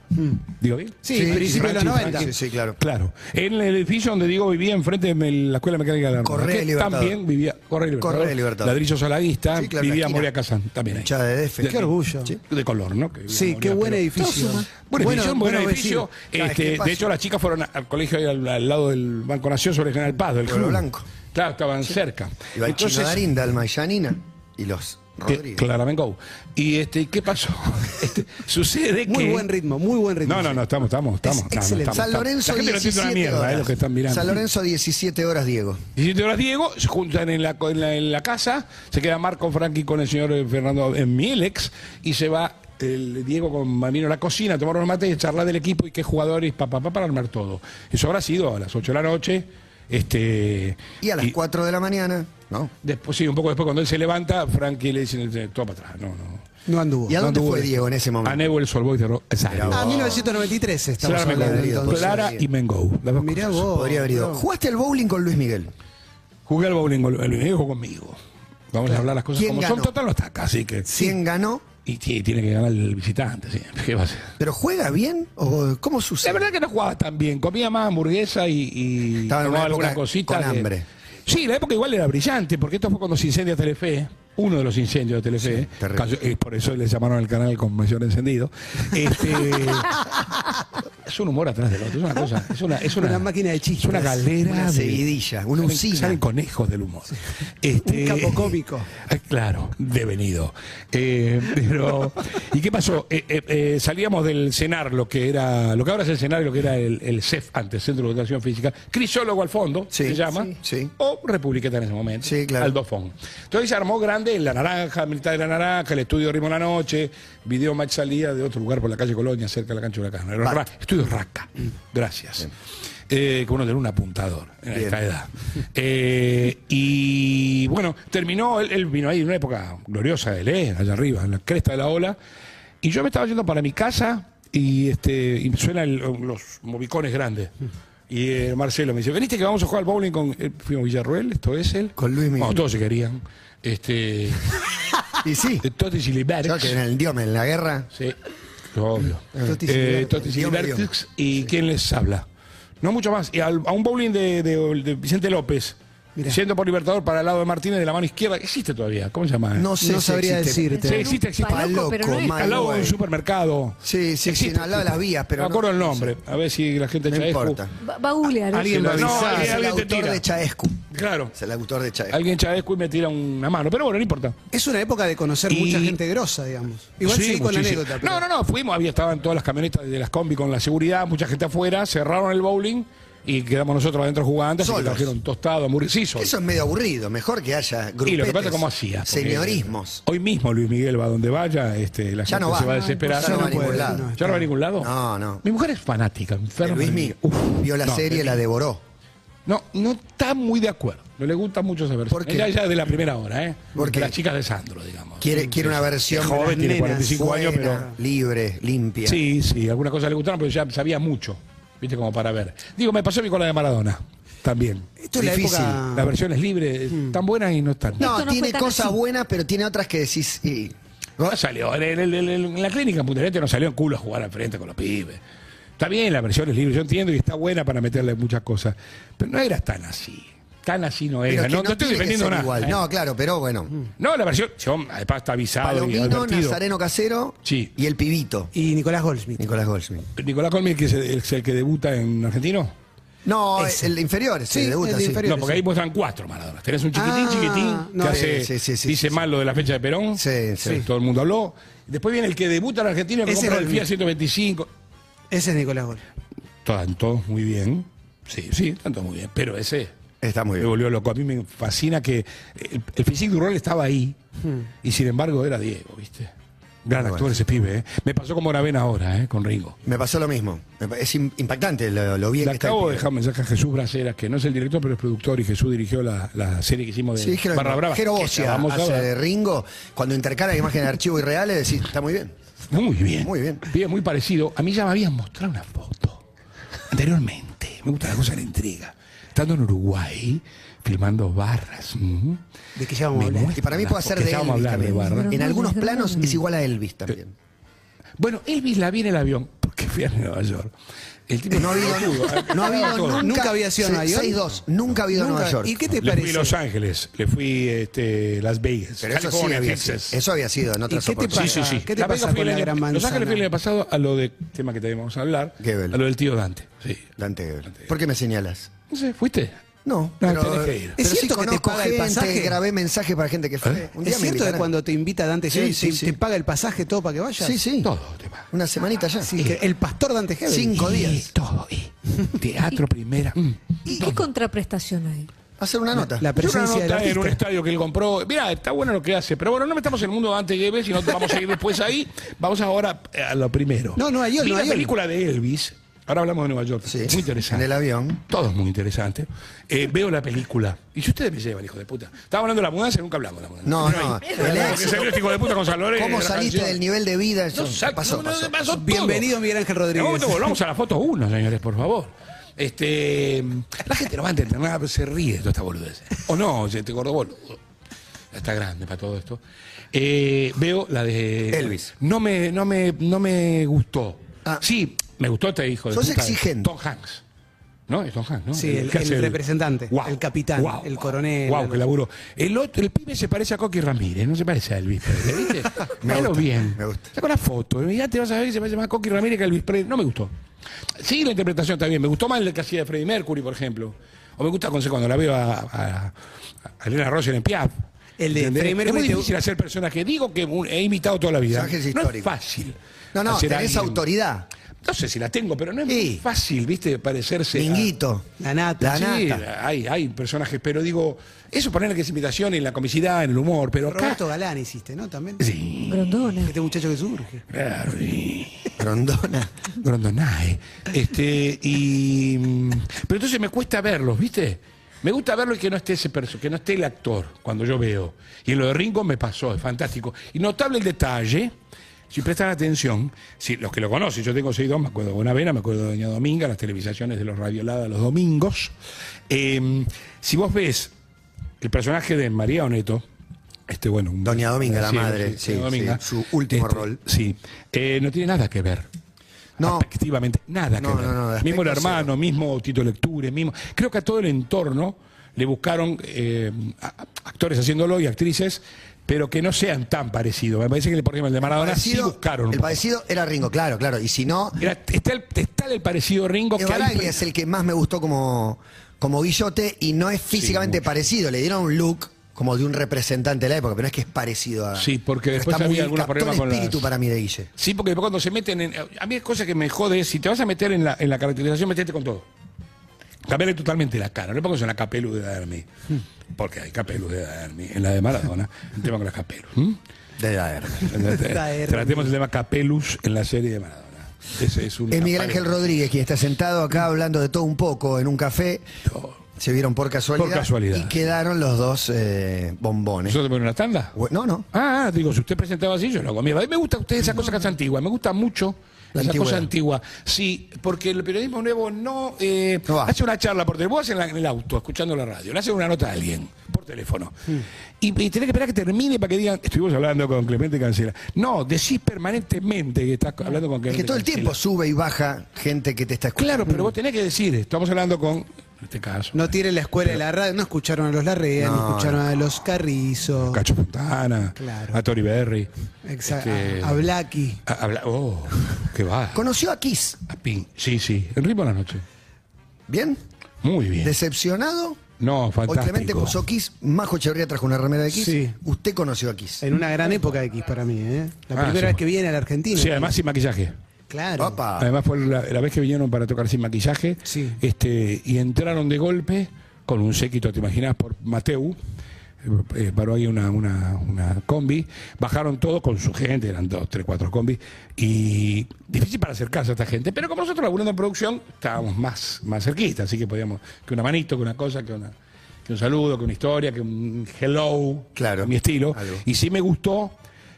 Speaker 4: ¿Digo bien?
Speaker 5: Sí, principio de los
Speaker 4: Franchi,
Speaker 5: 90.
Speaker 4: Franchi.
Speaker 3: Sí, sí, claro.
Speaker 4: Claro. En el edificio donde digo vivía, enfrente de la Escuela Mecánica de la Armada,
Speaker 3: Correa y
Speaker 4: que
Speaker 3: Libertador.
Speaker 4: También vivía Correa y Libertador.
Speaker 3: Correa y Libertador.
Speaker 4: Ladrillos a la vista,
Speaker 3: Sí, claro, la
Speaker 4: vivía
Speaker 3: esquina.
Speaker 4: Moria Casán, también ahí.
Speaker 3: Hinchada de DF.
Speaker 5: Qué orgullo.
Speaker 4: Sí, De color, ¿no? Que vivía
Speaker 5: Sí,
Speaker 4: Moria,
Speaker 5: qué buen
Speaker 4: pero-
Speaker 5: edificio.
Speaker 4: Buen
Speaker 5: Bueno,
Speaker 4: edificio, buen
Speaker 5: bueno
Speaker 4: edificio.
Speaker 5: vecino.
Speaker 4: Este,
Speaker 3: ¿qué pasa?
Speaker 4: de hecho, las chicas fueron al colegio ahí al, al lado del Banco Nación sobre General Paz, del
Speaker 3: Pueblo
Speaker 4: club.
Speaker 3: Blanco.
Speaker 4: Claro, estaban cerca.
Speaker 3: Iba el Chino Darinda, el Mayanina y los
Speaker 4: que-
Speaker 3: Rodríguez.
Speaker 4: claramente, go. ¿Y este, qué pasó? Este, sucede que.
Speaker 5: Muy buen ritmo, muy buen ritmo.
Speaker 4: No, no, no, estamos, estamos, estamos. estamos,
Speaker 5: excelente.
Speaker 4: estamos,
Speaker 3: San Lorenzo
Speaker 4: estamos. La gente no
Speaker 3: 17
Speaker 4: entiende una mierda,
Speaker 3: horas.
Speaker 4: es lo que están mirando.
Speaker 3: San Lorenzo 17 horas, Diego.
Speaker 4: 17 horas Diego, se juntan en la, co- en la, en la casa, se queda Marco Franchi con el señor eh, Fernando en Mielex y se va el Diego con Mamino a la cocina a tomar unos mates y a charlar del equipo y qué jugadores, papá, para armar todo. Eso habrá sido a las 8 de la noche. Este,
Speaker 3: Y a las 4 de la mañana, ¿no?
Speaker 4: Después, sí, un poco después, cuando él se levanta, Frankie le dice, todo para atrás. No, no.
Speaker 5: No anduvo.
Speaker 3: ¿Y a dónde
Speaker 4: anduvo
Speaker 3: fue
Speaker 4: de-
Speaker 3: Diego en ese
Speaker 4: A
Speaker 3: momento?
Speaker 4: Newell's Old Boys de Ro- Rosario.
Speaker 5: Ah,
Speaker 3: Oh.
Speaker 5: 1993 estamos
Speaker 4: Clara,
Speaker 5: hablando.
Speaker 4: Mengou.
Speaker 3: Mengo.
Speaker 5: entonces.
Speaker 4: Clara y Mengou. las dos
Speaker 5: Mirá
Speaker 4: cosas.
Speaker 5: vos.
Speaker 3: Podría haber ido.
Speaker 5: no.
Speaker 3: ¿Jugaste al bowling con Luis Miguel?
Speaker 4: Jugué al bowling, con- el viejo conmigo. Vamos a hablar las cosas
Speaker 3: ¿Quién
Speaker 4: como son.
Speaker 3: ganó?
Speaker 4: Total no está acá, así que...
Speaker 3: ¿Quién ganó?
Speaker 4: Y sí, tiene que ganar el visitante, sí. ¿Qué va a hacer?
Speaker 3: ¿Pero juega bien? ¿O cómo
Speaker 4: La
Speaker 3: sucede?
Speaker 4: verdad que no jugaba tan bien. Comía más hamburguesa y, y
Speaker 3: Estaba en
Speaker 4: tomaba
Speaker 3: una
Speaker 4: alguna
Speaker 3: época
Speaker 4: cosita.
Speaker 3: con hambre.
Speaker 4: Sí, la época igual era brillante, porque esto fue cuando se incendia Telefe, uno de los incendios de Telefe,
Speaker 3: terrible.
Speaker 4: cayó- eh, por eso le llamaron al canal con mayor encendido. Este, es un humor atrás del otro, es una cosa, es una, es una,
Speaker 5: Una máquina de chistes.
Speaker 4: es una galera,
Speaker 3: Una
Speaker 4: de-
Speaker 3: seguidilla, una
Speaker 4: salen-
Speaker 3: usina.
Speaker 4: salen conejos del humor. Este,
Speaker 5: Un campo cómico.
Speaker 4: Ay, Ah, Claro, devenido. Eh, pero, ¿y qué pasó? Eh, eh, eh, salíamos del cenar, lo que era, lo que ahora es el cenar, lo que era el, el CEF antes, Centro de Educación Física, Crisólogo al fondo,
Speaker 3: Sí,
Speaker 4: se llama,
Speaker 3: sí, sí.
Speaker 4: o Republiqueta en ese momento,
Speaker 3: Sí, claro.
Speaker 4: Aldo Fon. Entonces se armó grande en La Naranja, Militar de La Naranja, el Estudio Ritmo de la Noche, Video Match salía de otro lugar por la calle Colonia, cerca de la cancha Huracán. Era
Speaker 3: Bat.
Speaker 4: Ra- Estudio Raca, gracias. eh, que uno tener un apuntador en
Speaker 3: Bien.
Speaker 4: esta edad. Eh, y bueno, terminó, él, él vino ahí en una época gloriosa de él, eh, allá arriba, en la cresta de la ola. Y yo me estaba yendo para mi casa y este y suenan el- los movicones grandes.
Speaker 3: Mm.
Speaker 4: Y eh, Marcelo me dice, veniste que vamos a jugar al bowling con... eh, fuimos a Villarruel, esto es él.
Speaker 3: Con Luis Miguel.
Speaker 4: Bueno, todos se querían. Este,
Speaker 3: Y sí,
Speaker 4: Totti y
Speaker 3: yo que en el diome, en la guerra.
Speaker 4: Sí, obvio.
Speaker 5: Totti
Speaker 4: Eh,
Speaker 5: Siliberti.
Speaker 4: Totti
Speaker 3: Dios me
Speaker 4: Siliberti y quién les habla. No mucho más. Y al- a un bowling de, de- de Vicente López,
Speaker 5: Mirá.
Speaker 4: yendo por Libertador para el lado de Martínez de la mano izquierda. Existe todavía, ¿cómo se llama? eh?
Speaker 3: No sé
Speaker 5: No
Speaker 3: si
Speaker 5: sabría
Speaker 3: existe.
Speaker 5: decirte.
Speaker 4: Sí, existe, existe.
Speaker 6: Paloco, pero no
Speaker 3: Paloco,
Speaker 6: es-
Speaker 3: mal,
Speaker 4: al lado de
Speaker 3: güey.
Speaker 4: un supermercado.
Speaker 3: Sí, sí, sí, al lado de las vías, pero no-
Speaker 4: No me acuerdo el nombre. A ver si la gente
Speaker 3: No
Speaker 4: echa escu.
Speaker 3: importa.
Speaker 6: Va, va a googlear. ¿eh?
Speaker 5: Alguien va a
Speaker 4: No,
Speaker 5: avisar.
Speaker 4: alguien-
Speaker 3: Es el
Speaker 4: alguien te
Speaker 3: autor
Speaker 4: tira.
Speaker 3: de Chaescu.
Speaker 4: Claro.
Speaker 3: Es el autor de Chaescu.
Speaker 4: Alguien Chávez y me tira una mano. Pero bueno, no importa.
Speaker 5: Es una época de conocer
Speaker 4: Y-
Speaker 5: mucha gente grosa, digamos. Igual
Speaker 4: Sí,
Speaker 5: seguí con la
Speaker 4: muchísimo.
Speaker 5: anécdota.
Speaker 4: No,
Speaker 5: pero-
Speaker 4: no, no, fuimos, había estaban todas las camionetas de las combi con la seguridad, mucha gente afuera, cerraron el bowling y quedamos nosotros adentro jugando, así que
Speaker 3: Solos.
Speaker 4: trajeron tostado, hamburguesas, sí, solos.
Speaker 3: Eso es medio aburrido, mejor que haya grupetes.
Speaker 4: Y lo que pasa es cómo hacía. porque,
Speaker 3: Señorismos.
Speaker 4: eh, Hoy mismo Luis Miguel va donde vaya, este, la
Speaker 3: Ya
Speaker 4: gente
Speaker 3: no va.
Speaker 4: se va a desesperar.
Speaker 3: Ya no va a ningún
Speaker 4: puede.
Speaker 3: lado.
Speaker 4: ¿Ya no va a ningún lado?
Speaker 3: No, no.
Speaker 4: Mi mujer es fanática,
Speaker 3: Pero
Speaker 4: enferma.
Speaker 3: Luis
Speaker 4: de
Speaker 3: Miguel,
Speaker 4: Miguel.
Speaker 3: uf, vio la
Speaker 4: No,
Speaker 3: serie,
Speaker 4: de-
Speaker 3: la devoró.
Speaker 4: No, no está muy de acuerdo. No le gusta mucho esa versión.
Speaker 3: ¿Por qué?
Speaker 4: Ella ya de la primera hora, ¿eh?
Speaker 3: ¿Por qué?
Speaker 4: Las chicas de Sandro, digamos.
Speaker 3: Quiere, quiere una versión
Speaker 4: Es joven, tiene
Speaker 5: nenas,
Speaker 4: 45 años,
Speaker 3: buena,
Speaker 4: pero...
Speaker 3: libre, limpia.
Speaker 4: Sí, sí, algunas cosas le gustaron, pero ya sabía mucho, viste, como para ver. Digo, me pasó a mí con la de Maradona, también.
Speaker 5: Esto es la
Speaker 3: Difícil.
Speaker 5: época...
Speaker 4: Las versiones libres, tan buenas y no tan
Speaker 3: Hmm. No,
Speaker 6: Esto no
Speaker 3: tiene
Speaker 6: fue tan
Speaker 3: cosas
Speaker 6: así.
Speaker 3: buenas, pero tiene otras que decís. y-
Speaker 4: No salió, en, el- en el- en la clínica en Punta del Este no salió en culo a jugar al frente con los pibes. Está bien, la versión es libre, yo entiendo, y está buena para meterle muchas cosas. Pero no era tan así. Tan así no
Speaker 3: pero
Speaker 4: era.
Speaker 3: que
Speaker 4: No, no estoy
Speaker 3: tiene que
Speaker 4: defendiendo
Speaker 3: ser
Speaker 4: nada.
Speaker 3: igual.
Speaker 4: ¿eh?
Speaker 3: No, claro, pero bueno.
Speaker 4: No, la versión, yo, además está avisado y
Speaker 3: Palomino,
Speaker 4: advertido.
Speaker 3: Nazareno Casero
Speaker 4: Sí.
Speaker 3: y el pibito,
Speaker 5: Y Nicolás Goldsmith.
Speaker 3: Nicolás Goldschmidt.
Speaker 4: Nicolás Colmi, que es el, es el que debuta en Argentino.
Speaker 3: No,
Speaker 5: Ese.
Speaker 3: el inferior, sí,
Speaker 5: Sí,
Speaker 3: debuta,
Speaker 5: el
Speaker 3: sí.
Speaker 5: inferior.
Speaker 4: No, porque ahí muestran cuatro Maradonas. Tenés un chiquitín,
Speaker 5: Ah,
Speaker 4: chiquitín, que
Speaker 5: no,
Speaker 4: hace,
Speaker 3: sí, sí, sí,
Speaker 4: dice
Speaker 3: sí,
Speaker 4: mal lo de la fecha de Perón.
Speaker 3: Sí, sí.
Speaker 4: Todo el mundo habló. Después viene el que debuta en Argentina, que
Speaker 5: Ese
Speaker 4: compra
Speaker 5: era
Speaker 4: el
Speaker 5: el
Speaker 4: Fiat
Speaker 5: mío.
Speaker 4: 125.
Speaker 5: Ese es Nicolás Goldsmith.
Speaker 4: Estaban todos muy bien. Sí, sí, están todos muy bien. Pero ese
Speaker 3: Está muy
Speaker 4: me
Speaker 3: bien.
Speaker 4: volvió loco. A mí me fascina que el, el físico Durrell estaba ahí y sin embargo era Diego, ¿viste? Gran
Speaker 3: Hmm. Bueno.
Speaker 4: actor ese pibe, ¿eh? Me pasó como Aravena ahora, ¿eh? Con Ringo.
Speaker 3: Me pasó lo mismo. Me pa- Es im- impactante lo, lo bien
Speaker 4: Le
Speaker 3: que está.
Speaker 4: acabo de
Speaker 3: el pibe.
Speaker 4: dejar un mensaje a Jesús Braceras, que no es el director, pero es productor, y Jesús dirigió la, la serie que hicimos de
Speaker 3: Sí, Jero,
Speaker 4: Barra Brava.
Speaker 3: Jero
Speaker 4: que
Speaker 3: Bossia
Speaker 4: estábamos
Speaker 3: hace
Speaker 4: ahora.
Speaker 3: de Ringo, cuando intercala imágenes de archivo y reales, decís, está muy bien.
Speaker 4: Muy bien.
Speaker 3: Muy bien.
Speaker 4: muy parecido. A mí ya me habían mostrado una foto anteriormente. Me gusta la cosa de la intriga. Estando en Uruguay, filmando barras. ¿m?
Speaker 5: ¿De qué ya vamos a
Speaker 4: Me
Speaker 5: hablar?
Speaker 4: muestra
Speaker 3: Y para mí
Speaker 4: una
Speaker 3: puede
Speaker 4: foto,
Speaker 3: ser
Speaker 4: que
Speaker 3: de
Speaker 4: ya vamos a
Speaker 3: Elvis
Speaker 4: hablar de barra.
Speaker 3: también. En
Speaker 6: Pero
Speaker 3: algunos
Speaker 6: no,
Speaker 3: planos
Speaker 6: no.
Speaker 3: es igual a Elvis también.
Speaker 4: Bueno, Elvis la vi en el avión. Porque fui a Nueva York. El tipo
Speaker 3: Eh,
Speaker 4: ¿eh?
Speaker 3: No ha habido, no ha habido
Speaker 4: Todo.
Speaker 3: nunca,
Speaker 5: Nunca había sido a Nueva York.
Speaker 3: 6-2, nunca ha habido a
Speaker 5: Nunca.
Speaker 3: Nueva York.
Speaker 5: ¿Y qué te
Speaker 4: Le fui a
Speaker 5: parece?
Speaker 4: Los Ángeles, le fui este, Las Vegas,
Speaker 3: Pero eso sí
Speaker 4: California,
Speaker 3: había sido.
Speaker 4: Texas.
Speaker 3: Eso había sido en otras
Speaker 5: qué te
Speaker 4: Sí,
Speaker 3: oportunidades.
Speaker 4: sí, sí.
Speaker 5: ¿Qué te
Speaker 4: La
Speaker 5: pasa
Speaker 4: Vega fui
Speaker 5: con
Speaker 4: el
Speaker 5: la
Speaker 4: año-
Speaker 5: Gran
Speaker 4: Los Ángeles
Speaker 5: Manzana?
Speaker 4: fui el año pasado a lo de tema que te íbamos a hablar,
Speaker 3: Gebel.
Speaker 4: a lo del tío Dante. Sí.
Speaker 3: Dante Gebel. ¿Por qué me señalas?
Speaker 4: No sé, ¿fuiste?
Speaker 3: No,
Speaker 4: tenés que ir.
Speaker 3: pero
Speaker 5: ¿Es
Speaker 3: sí
Speaker 5: cierto que te
Speaker 3: conozco
Speaker 5: paga el
Speaker 3: gente,
Speaker 5: pasaje?
Speaker 3: grabé mensajes para gente que fue.
Speaker 4: ¿Eh?
Speaker 3: Un día
Speaker 5: ¿Es
Speaker 3: me
Speaker 5: cierto que
Speaker 3: invitarán.
Speaker 5: cuando te invita Dante
Speaker 3: Sí,
Speaker 5: Gebel,
Speaker 3: sí,
Speaker 5: te,
Speaker 3: sí.
Speaker 5: te paga el pasaje todo para que vayas?
Speaker 3: Sí, sí.
Speaker 4: Todo te va.
Speaker 3: Una semanita ya.
Speaker 5: Así que el pastor Dante Gebel.
Speaker 3: Cinco días. Mm.
Speaker 4: Todo. teatro primera.
Speaker 6: ¿Y qué contraprestación hay?
Speaker 3: Hacer una nota.
Speaker 4: Yo una
Speaker 5: La presencia del
Speaker 4: nota en un
Speaker 5: artista.
Speaker 4: estadio que él compró. Mira, está bueno lo que hace, pero bueno, no metamos en el mundo de Dante Gebel, sino que vamos a ir después ahí. Vamos ahora a lo primero.
Speaker 5: No, Nueva York,
Speaker 4: Vi
Speaker 5: Nueva
Speaker 4: la
Speaker 5: York.
Speaker 4: película de Elvis. Ahora hablamos de Nueva York.
Speaker 3: Sí.
Speaker 4: Muy interesante.
Speaker 3: En el avión.
Speaker 4: Todo es muy interesante. Eh, veo la película. Y si ustedes me llevan, hijo de puta. Estaba hablando de la mudanza y nunca hablamos de la mudanza.
Speaker 3: No, no.
Speaker 4: hay.
Speaker 3: El
Speaker 4: Porque salió el hijo de puta con San Lorenzo,
Speaker 3: ¿Cómo
Speaker 4: la
Speaker 3: saliste
Speaker 4: canción.
Speaker 3: del nivel de vida? Eso,
Speaker 4: No, sac-
Speaker 3: pasó,
Speaker 4: no, no,
Speaker 3: pasó.
Speaker 4: pasó todo.
Speaker 5: Bienvenido, Miguel Ángel
Speaker 4: En un momento
Speaker 5: Rodríguez.
Speaker 4: volvamos a la foto 1, señores, por favor. Este, la gente no va a entender nada, pero se ríe de toda esta boludez. O no, gente gordo boludo. Ya Está grande para todo esto. Eh, veo la de.
Speaker 3: Elvis.
Speaker 4: No me, no me, no me gustó.
Speaker 3: Ah.
Speaker 4: Sí, me gustó este hijo de
Speaker 3: Sos
Speaker 4: puta,
Speaker 3: exigente.
Speaker 4: Tom Hanks. ¿No? Es Tom Hanks, ¿no?
Speaker 5: Sí, el-
Speaker 4: que hace
Speaker 5: el representante, el capitán, el coronel.
Speaker 4: Guau, que laburo. El, otro, el pibe se parece a Coqui Ramírez, no se parece a Elvis Presley, ¿viste?
Speaker 3: Me
Speaker 4: Míralo
Speaker 3: gusta,
Speaker 4: bien.
Speaker 3: me gusta.
Speaker 4: Saca una foto, y ya te vas a ver que se parece más a Coqui Ramírez que a Elvis Presley. No me gustó. Sí, la interpretación está bien. Me gustó más el que hacía de Freddie Mercury, por ejemplo. O me gusta con- cuando la veo a, a- a Elena Roger en Piaf.
Speaker 5: El de
Speaker 4: ¿Entendés?
Speaker 5: Freddie Mercury
Speaker 4: Es muy
Speaker 5: te-
Speaker 4: difícil hacer personaje. Digo que un- he imitado toda la vida.
Speaker 3: Personajes
Speaker 4: No es
Speaker 3: históricos.
Speaker 4: fácil.
Speaker 3: No, no,
Speaker 4: hacer
Speaker 3: tenés
Speaker 4: alguien-
Speaker 3: autoridad.
Speaker 4: No sé si la tengo, pero no es
Speaker 3: Sí.
Speaker 4: muy fácil, ¿viste? Parecerse. a-
Speaker 3: Minguito.
Speaker 5: La nata.
Speaker 3: La
Speaker 4: Sí,
Speaker 3: nata.
Speaker 4: hay, hay personajes, pero digo, eso ponerle que es imitación en la comicidad, en el humor, pero acá.
Speaker 5: Roberto Galán hiciste, ¿no? También.
Speaker 4: Sí,
Speaker 6: Grondona.
Speaker 5: Este muchacho que surge.
Speaker 4: claro, sí.
Speaker 3: Grondona.
Speaker 4: Grondonae. Este, y. mm, Pero entonces me cuesta verlos, ¿viste? Me gusta verlo y que no esté ese perso, que no esté el actor cuando yo veo. Y en lo de Ringo me pasó, es fantástico. Y notable el detalle, si prestan atención, si los que lo conocen, yo tengo seguidores, me acuerdo de Bonavena, me acuerdo de Doña Dominga, las televisaciones de los Radioladas los domingos. Eh, si vos ves el personaje de María Oneto, este, bueno, un-
Speaker 3: Doña Dominga, la
Speaker 4: Sí,
Speaker 3: madre, sí,
Speaker 4: Doña Dominga.
Speaker 3: sí, su último
Speaker 4: Este,
Speaker 3: rol.
Speaker 4: Sí, Eh, no tiene nada que ver.
Speaker 3: No.
Speaker 4: Efectivamente, nada
Speaker 3: No,
Speaker 4: que ver.
Speaker 3: no, no, de
Speaker 4: mismo el
Speaker 3: aspecto
Speaker 4: hermano, mismo Tito Lecture, mismo. Creo que a todo el entorno le buscaron eh, a- actores haciéndolo y actrices, pero que no sean tan parecidos. Me parece que, por ejemplo, el de Maradona sí buscaron. un
Speaker 3: el
Speaker 4: poco.
Speaker 3: parecido era Ringo, claro, claro. Y si no,
Speaker 4: Era- está, el, está el parecido Ringo que ahí-
Speaker 3: Evaraglia es el que más me gustó como, como guillote y no es físicamente
Speaker 4: mucho.
Speaker 3: parecido. Le dieron un look como de un representante de la época, pero no es que es parecido a.
Speaker 4: Sí, porque
Speaker 3: pero
Speaker 4: después
Speaker 3: está muy-
Speaker 4: había algunos
Speaker 3: captó
Speaker 4: problemas
Speaker 3: el
Speaker 4: con las-
Speaker 3: espíritu para mí de Guille.
Speaker 4: Sí, porque después cuando se meten en. A mí es cosa que me jode, si te vas a meter en la, en la caracterización, metete con todo. Cambiarle totalmente la cara. No pongas en la capeluda de Hermi.
Speaker 3: Hmm.
Speaker 4: Porque hay capeluda de Hermi. En la de Maradona, el tema con las capelus. ¿m?
Speaker 3: De la verga.
Speaker 4: Tratemos el tema capelus en la serie de Maradona. Ese es un.
Speaker 3: Es Eh, Miguel Ángel Rodríguez quien está sentado acá hablando de todo un poco en un café. Se vieron por casualidad.
Speaker 4: Por casualidad.
Speaker 3: Y quedaron los dos eh, bombones.
Speaker 4: ¿Nosotros ponemos una tanda?
Speaker 3: Bueno, No, no.
Speaker 4: Ah, ah, digo, si usted presentaba así, yo lo hago mierda. A mí me gusta usted esa cosa que es antigua, me gusta mucho
Speaker 3: La
Speaker 4: esa
Speaker 3: antigüedad.
Speaker 4: cosa antigua. Sí, porque el periodismo nuevo no, eh,
Speaker 3: No va.
Speaker 4: hace una charla por teléfono, vos haces en, la- en el auto, escuchando la radio, le hace una nota a alguien por teléfono.
Speaker 3: Hmm.
Speaker 4: Y, y tenés que esperar que termine para que digan, estuvimos hablando con Clemente Cancela. No, decís permanentemente que estás hablando con Clemente
Speaker 3: Es que todo el
Speaker 4: Cancela.
Speaker 3: tiempo Hmm. sube y baja gente que te está escuchando.
Speaker 4: Claro, pero vos tenés que decir, estamos hablando con, en este caso,
Speaker 5: No tienen la escuela de la radio, no escucharon a los Larrea, no,
Speaker 3: No,
Speaker 5: escucharon a los Carrizo,
Speaker 4: Cacho Fontana,
Speaker 5: Claro.
Speaker 4: a Tori Berry.
Speaker 5: exa-
Speaker 4: este,
Speaker 5: a, a Blackie.
Speaker 4: a- habla- oh, qué va.
Speaker 3: Conoció a Kiss.
Speaker 4: A Pink, sí, sí, en ritmo de la noche.
Speaker 3: ¿Bien?
Speaker 4: Muy bien.
Speaker 3: ¿Decepcionado?
Speaker 4: no,
Speaker 3: Hoy
Speaker 4: fantástico.
Speaker 3: Clemente puso Kiss, Majo Echeverría trajo una remera de Kiss.
Speaker 5: Sí.
Speaker 3: Usted conoció a Kiss.
Speaker 4: Eh,
Speaker 5: En una gran época de X para mí, ¿eh? La
Speaker 4: Ah, sí.
Speaker 5: primera vez que viene a la Argentina.
Speaker 4: Sí, además sin maquillaje.
Speaker 5: Claro.
Speaker 3: Opa.
Speaker 4: Además fue la, la vez que vinieron para tocar sin maquillaje.
Speaker 5: Sí.
Speaker 4: Este, y entraron de golpe con un séquito, te imaginas, por Mateu. Eh, eh, paró ahí una, una, una combi. Bajaron todos con su gente, eran dos, tres, cuatro combis. Y difícil para acercarse a esta gente. Pero como nosotros laburando en producción, estábamos más, más cerquita, así que podíamos, que una manito, que una cosa, que una. Que un saludo, que una historia, que un hello,
Speaker 3: Claro.
Speaker 4: mi estilo.
Speaker 3: Algo.
Speaker 4: Y sí me gustó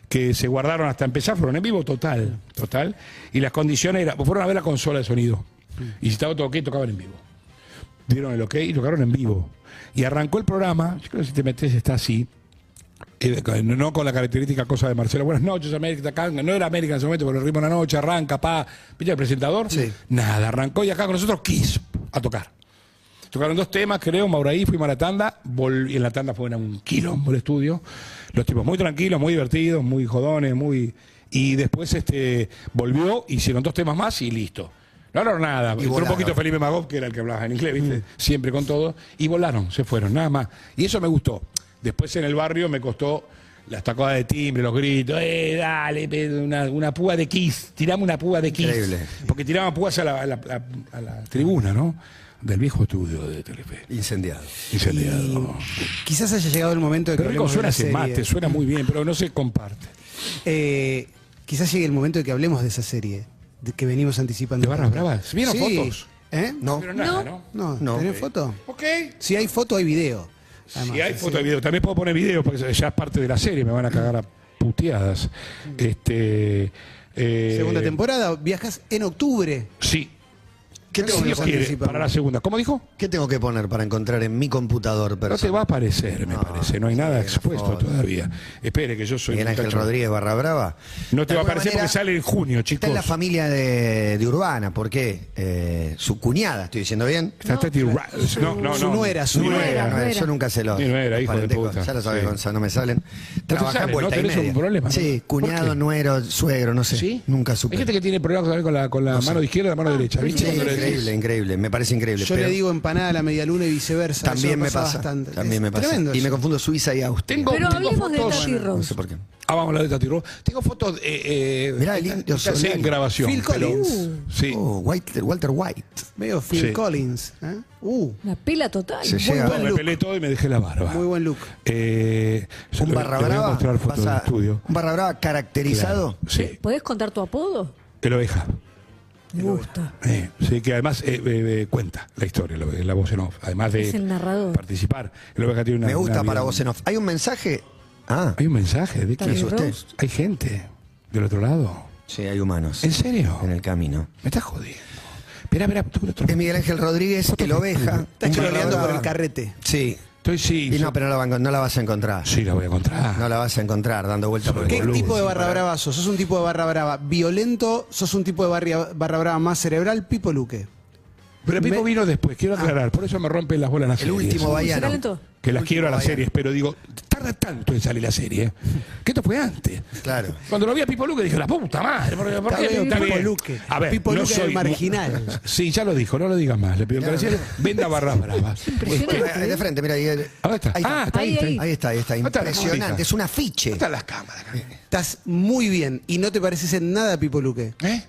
Speaker 4: que se guardaron hasta empezar, fueron en vivo total, total. Y las condiciones eran, fueron a ver la consola de sonido.
Speaker 3: Mm.
Speaker 4: Y si estaba todo ok, tocaban en vivo. Dieron el ok y tocaron en vivo. Y arrancó el programa, yo creo que si te metes está así, eh, con- no con la característica cosa de Marcelo, buenas noches América, acá, no era América en ese momento, pero el ritmo de la noche, arranca, pa, ¿viste el presentador?
Speaker 3: Sí.
Speaker 4: Nada, arrancó y acá con nosotros Kiss a tocar. Tocaron dos temas, creo, Mauraí, fuimos a la tanda, vol- y en la tanda fue un quilombo el estudio. Los tipos muy tranquilos, muy divertidos, muy jodones, muy... Y después este volvió, hicieron dos temas más y listo. No hablaron nada. Entró
Speaker 3: volaron. Mm.
Speaker 4: un poquito Felipe Magov, que era el que hablaba en inglés, ¿viste? siempre con todo, y volaron, se fueron, nada más. Y eso me gustó. Después en el barrio me costó las tacadas de timbre, los gritos, eh, dale, pe- una, una púa de Kiss, tirame una púa de Kiss.
Speaker 3: Increíble.
Speaker 4: Porque tiraban púas a la, a la- a- a la tribuna, ¿no? Del viejo estudio de Telefe.
Speaker 3: Incendiado.
Speaker 4: Incendiado.
Speaker 5: Quizás haya llegado el momento de que
Speaker 4: Qué rico
Speaker 5: hablemos de
Speaker 4: suena
Speaker 5: la
Speaker 4: ese
Speaker 5: serie.
Speaker 4: mate, suena muy bien, pero no se comparte.
Speaker 5: Eh, quizás llegue el momento de que hablemos de esa serie de que venimos anticipando.
Speaker 4: ¿De Barras Bravas? ¿Vieron
Speaker 5: Sí.
Speaker 4: fotos?
Speaker 5: ¿Eh? No.
Speaker 3: No.
Speaker 4: Pero nada, ¿no?
Speaker 5: No,
Speaker 3: No.
Speaker 5: ¿tenés foto?
Speaker 4: Ok.
Speaker 5: Si hay foto, hay video. Además,
Speaker 4: Si hay
Speaker 5: sí.
Speaker 4: foto y video, también puedo poner video porque ya es parte de la serie, me van a cagar a puteadas.
Speaker 3: Mm.
Speaker 4: Este, eh,
Speaker 5: Segunda temporada, viajas en octubre.
Speaker 4: Sí.
Speaker 3: ¿Qué
Speaker 4: Si
Speaker 3: tengo, que
Speaker 4: Dios
Speaker 5: nos
Speaker 3: poner?
Speaker 4: quiere,
Speaker 5: anticipan.
Speaker 4: para la segunda. ¿Cómo dijo?
Speaker 3: ¿Qué tengo que poner para encontrar en mi computador
Speaker 4: No te
Speaker 3: personal?
Speaker 4: va a aparecer,
Speaker 3: Ah,
Speaker 4: me parece. No hay nada expuesto
Speaker 3: foto.
Speaker 4: todavía. Espere, que yo soy.
Speaker 3: Miguel
Speaker 4: un
Speaker 3: Ángel
Speaker 4: tacho.
Speaker 3: Rodríguez Barra Brava.
Speaker 4: No te
Speaker 3: De
Speaker 4: va a
Speaker 3: alguna
Speaker 4: aparecer porque
Speaker 3: manera,
Speaker 4: sale en junio,
Speaker 3: Está
Speaker 4: chicos.
Speaker 3: en la familia de, de Urbana, ¿por qué? Eh, su cuñada, estoy diciendo bien.
Speaker 4: Está Tati Ra- no, no,
Speaker 5: su
Speaker 4: no.
Speaker 5: nuera, su
Speaker 4: Mi
Speaker 5: nuera.
Speaker 3: No,
Speaker 6: nuera.
Speaker 3: yo nunca se lo.
Speaker 4: Mi nuera,
Speaker 3: los
Speaker 4: hijo de
Speaker 3: parentescos.
Speaker 4: puta.
Speaker 3: Ya lo sabes,
Speaker 4: Sí.
Speaker 3: Gonzalo, no me salen. Trabajan
Speaker 4: sabe,
Speaker 3: vuelta
Speaker 4: ¿no?
Speaker 3: y
Speaker 4: Tenés un
Speaker 3: media.
Speaker 4: problema, ¿no?
Speaker 3: Sí,
Speaker 4: ¿Por qué?
Speaker 3: cuñado, nuero, suegro, no sé.
Speaker 4: ¿Sí?
Speaker 3: Nunca supe.
Speaker 4: Hay gente que tiene problemas también con la, con la mano izquierda y la mano derecha. ¿viste?
Speaker 3: Sí,
Speaker 4: Cuando le decís-
Speaker 3: increíble, increíble. Me parece increíble.
Speaker 5: Yo
Speaker 3: pero
Speaker 5: le digo empanada a la medialuna y viceversa.
Speaker 3: también
Speaker 5: Eso
Speaker 3: me pasa.
Speaker 5: bastante.
Speaker 3: También
Speaker 5: Es
Speaker 3: me pasa.
Speaker 5: Tremendo.
Speaker 3: Y me
Speaker 5: eso.
Speaker 3: confundo Suiza y Austria.
Speaker 4: Tengo-
Speaker 6: Pero
Speaker 4: tengo
Speaker 6: hablemos de
Speaker 4: fotos-
Speaker 6: Tati
Speaker 3: No
Speaker 6: Rose.
Speaker 3: sé por qué.
Speaker 4: Ah, vamos a hablar de Tati Ro- Tengo fotos. Eh, eh,
Speaker 3: Mirá, el indio
Speaker 4: casi
Speaker 3: Solari.
Speaker 4: en grabación.
Speaker 5: Phil
Speaker 4: pero-
Speaker 5: Collins.
Speaker 4: Sí.
Speaker 3: Oh, White- Walter White.
Speaker 5: Veo Phil
Speaker 4: Sí.
Speaker 5: Collins. ¿eh? Uh,
Speaker 6: Una pila total.
Speaker 3: Se
Speaker 6: Muy
Speaker 3: llega-
Speaker 6: bueno.
Speaker 4: me
Speaker 5: look.
Speaker 4: pelé todo y me dejé la barba.
Speaker 5: muy buen look.
Speaker 4: Eh, yo
Speaker 3: Un
Speaker 4: le-
Speaker 3: barra
Speaker 4: le voy a
Speaker 3: brava.
Speaker 4: mostrar fotos
Speaker 3: pasa-
Speaker 4: del estudio.
Speaker 3: Un barra brava caracterizado.
Speaker 4: Sí.
Speaker 6: ¿Podés contar tu apodo?
Speaker 4: El oveja.
Speaker 6: Me gusta.
Speaker 4: Eh, sí, que además eh, eh, eh, cuenta la historia, la, la voz en off. Además de
Speaker 6: Es el narrador.
Speaker 4: participar. El oveja tiene una.
Speaker 3: Me gusta
Speaker 4: una-
Speaker 3: para vos en off. ¿Hay un mensaje? Ah,
Speaker 4: Hay un mensaje. ¿De
Speaker 6: También
Speaker 4: quién?
Speaker 3: usted?
Speaker 6: Rose.
Speaker 4: Hay gente del otro lado.
Speaker 3: sí, hay humanos.
Speaker 4: ¿En serio?
Speaker 3: En el camino.
Speaker 4: Me estás jodiendo. Espera, espera, tú otro-
Speaker 3: Es Miguel Ángel Rodríguez, el oveja.
Speaker 5: Está
Speaker 3: Un
Speaker 5: chorreando
Speaker 3: narrador.
Speaker 5: por el carrete.
Speaker 3: Sí.
Speaker 4: Estoy sí.
Speaker 3: Y
Speaker 4: yo-
Speaker 3: no, pero no la, van- no la vas a encontrar.
Speaker 4: Sí, la voy a encontrar.
Speaker 3: No la vas a encontrar dando vuelta por el
Speaker 5: ¿Qué
Speaker 3: boludo.
Speaker 5: tipo de barra brava sos? ¿Sos un tipo de barra brava violento? ¿Sos un tipo de barria- barra brava más cerebral? Pipo Luque.
Speaker 4: Pero Pipo
Speaker 5: Me-
Speaker 4: vino después, quiero aclarar. Por eso me rompen las bolas las
Speaker 3: El
Speaker 4: series.
Speaker 3: último
Speaker 6: ¿Se
Speaker 3: baiano.
Speaker 6: calentó?
Speaker 4: Que las quiero a las
Speaker 3: Último
Speaker 4: series, pero digo, tarda tanto en salir la serie. Que esto fue antes.
Speaker 3: Claro.
Speaker 4: Cuando lo vi a Pipo Luque dije, la puta madre, ¿por, por qué?
Speaker 5: Está bien,
Speaker 4: Está
Speaker 5: Pipo
Speaker 4: bien.
Speaker 5: Luque.
Speaker 4: A ver,
Speaker 5: Pipo
Speaker 4: no
Speaker 5: Luque era
Speaker 4: soy
Speaker 5: el marginal.
Speaker 4: Sí, ya lo dijo, no lo digas más. Le pido que
Speaker 3: Claro.
Speaker 4: la serie venda barras bravas. Este,
Speaker 6: Impresionante.
Speaker 3: Eh, De frente, mira. Ahí, ahí
Speaker 4: Ahí está. Ah, está ahí, está ahí.
Speaker 6: Ahí,
Speaker 3: Ahí está, ahí está.
Speaker 4: Ahí está la
Speaker 3: Impresionante.
Speaker 4: música.
Speaker 3: Es un afiche.
Speaker 4: ¿Dónde están las cámaras?
Speaker 5: Estás muy bien y no te pareces en nada a Pipo Luque.
Speaker 4: ¿Eh?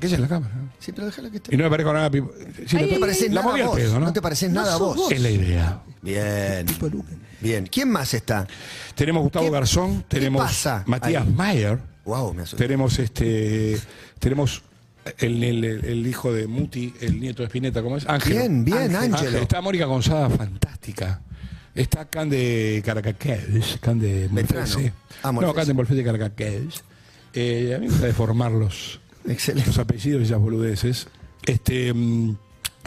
Speaker 4: ¿Qué es la cámara?
Speaker 3: Sí, pero déjalo que esté.
Speaker 4: Y no me parezco nada a Pipo. Sí,
Speaker 6: Ahí,
Speaker 4: la-
Speaker 6: ahí,
Speaker 3: pareces
Speaker 4: la
Speaker 3: nada
Speaker 4: moví al
Speaker 3: vos,
Speaker 4: pedo, ¿no?
Speaker 3: no te pareces
Speaker 5: No
Speaker 3: nada a
Speaker 5: sos
Speaker 3: vos.
Speaker 5: vos.
Speaker 4: Es la idea.
Speaker 3: Bien. Bien. ¿Quién más está?
Speaker 4: Tenemos Gustavo
Speaker 3: ¿Qué-
Speaker 4: Garzón,
Speaker 3: qué
Speaker 4: tenemos
Speaker 3: pasa
Speaker 4: Matías
Speaker 3: ahí?
Speaker 4: Mayer,
Speaker 3: Wow, me asusté.
Speaker 4: tenemos este tenemos el, el- el- el hijo de Muti, el nieto de Spinetta, ¿cómo es? Ángel.
Speaker 3: Bien, bien,
Speaker 4: Ángel.
Speaker 3: Ángelo.
Speaker 4: Está Mónica Gonzaga, fantástica. Está Cande Caracaquels, Cande
Speaker 3: Metrano.
Speaker 4: Molfese.
Speaker 3: Ah, Molfese.
Speaker 4: no, Cande Molfese Caracaquels. Eh, a mí me gusta deformarlos los
Speaker 3: Excelente.
Speaker 4: apellidos y esas boludeces. Este, mm,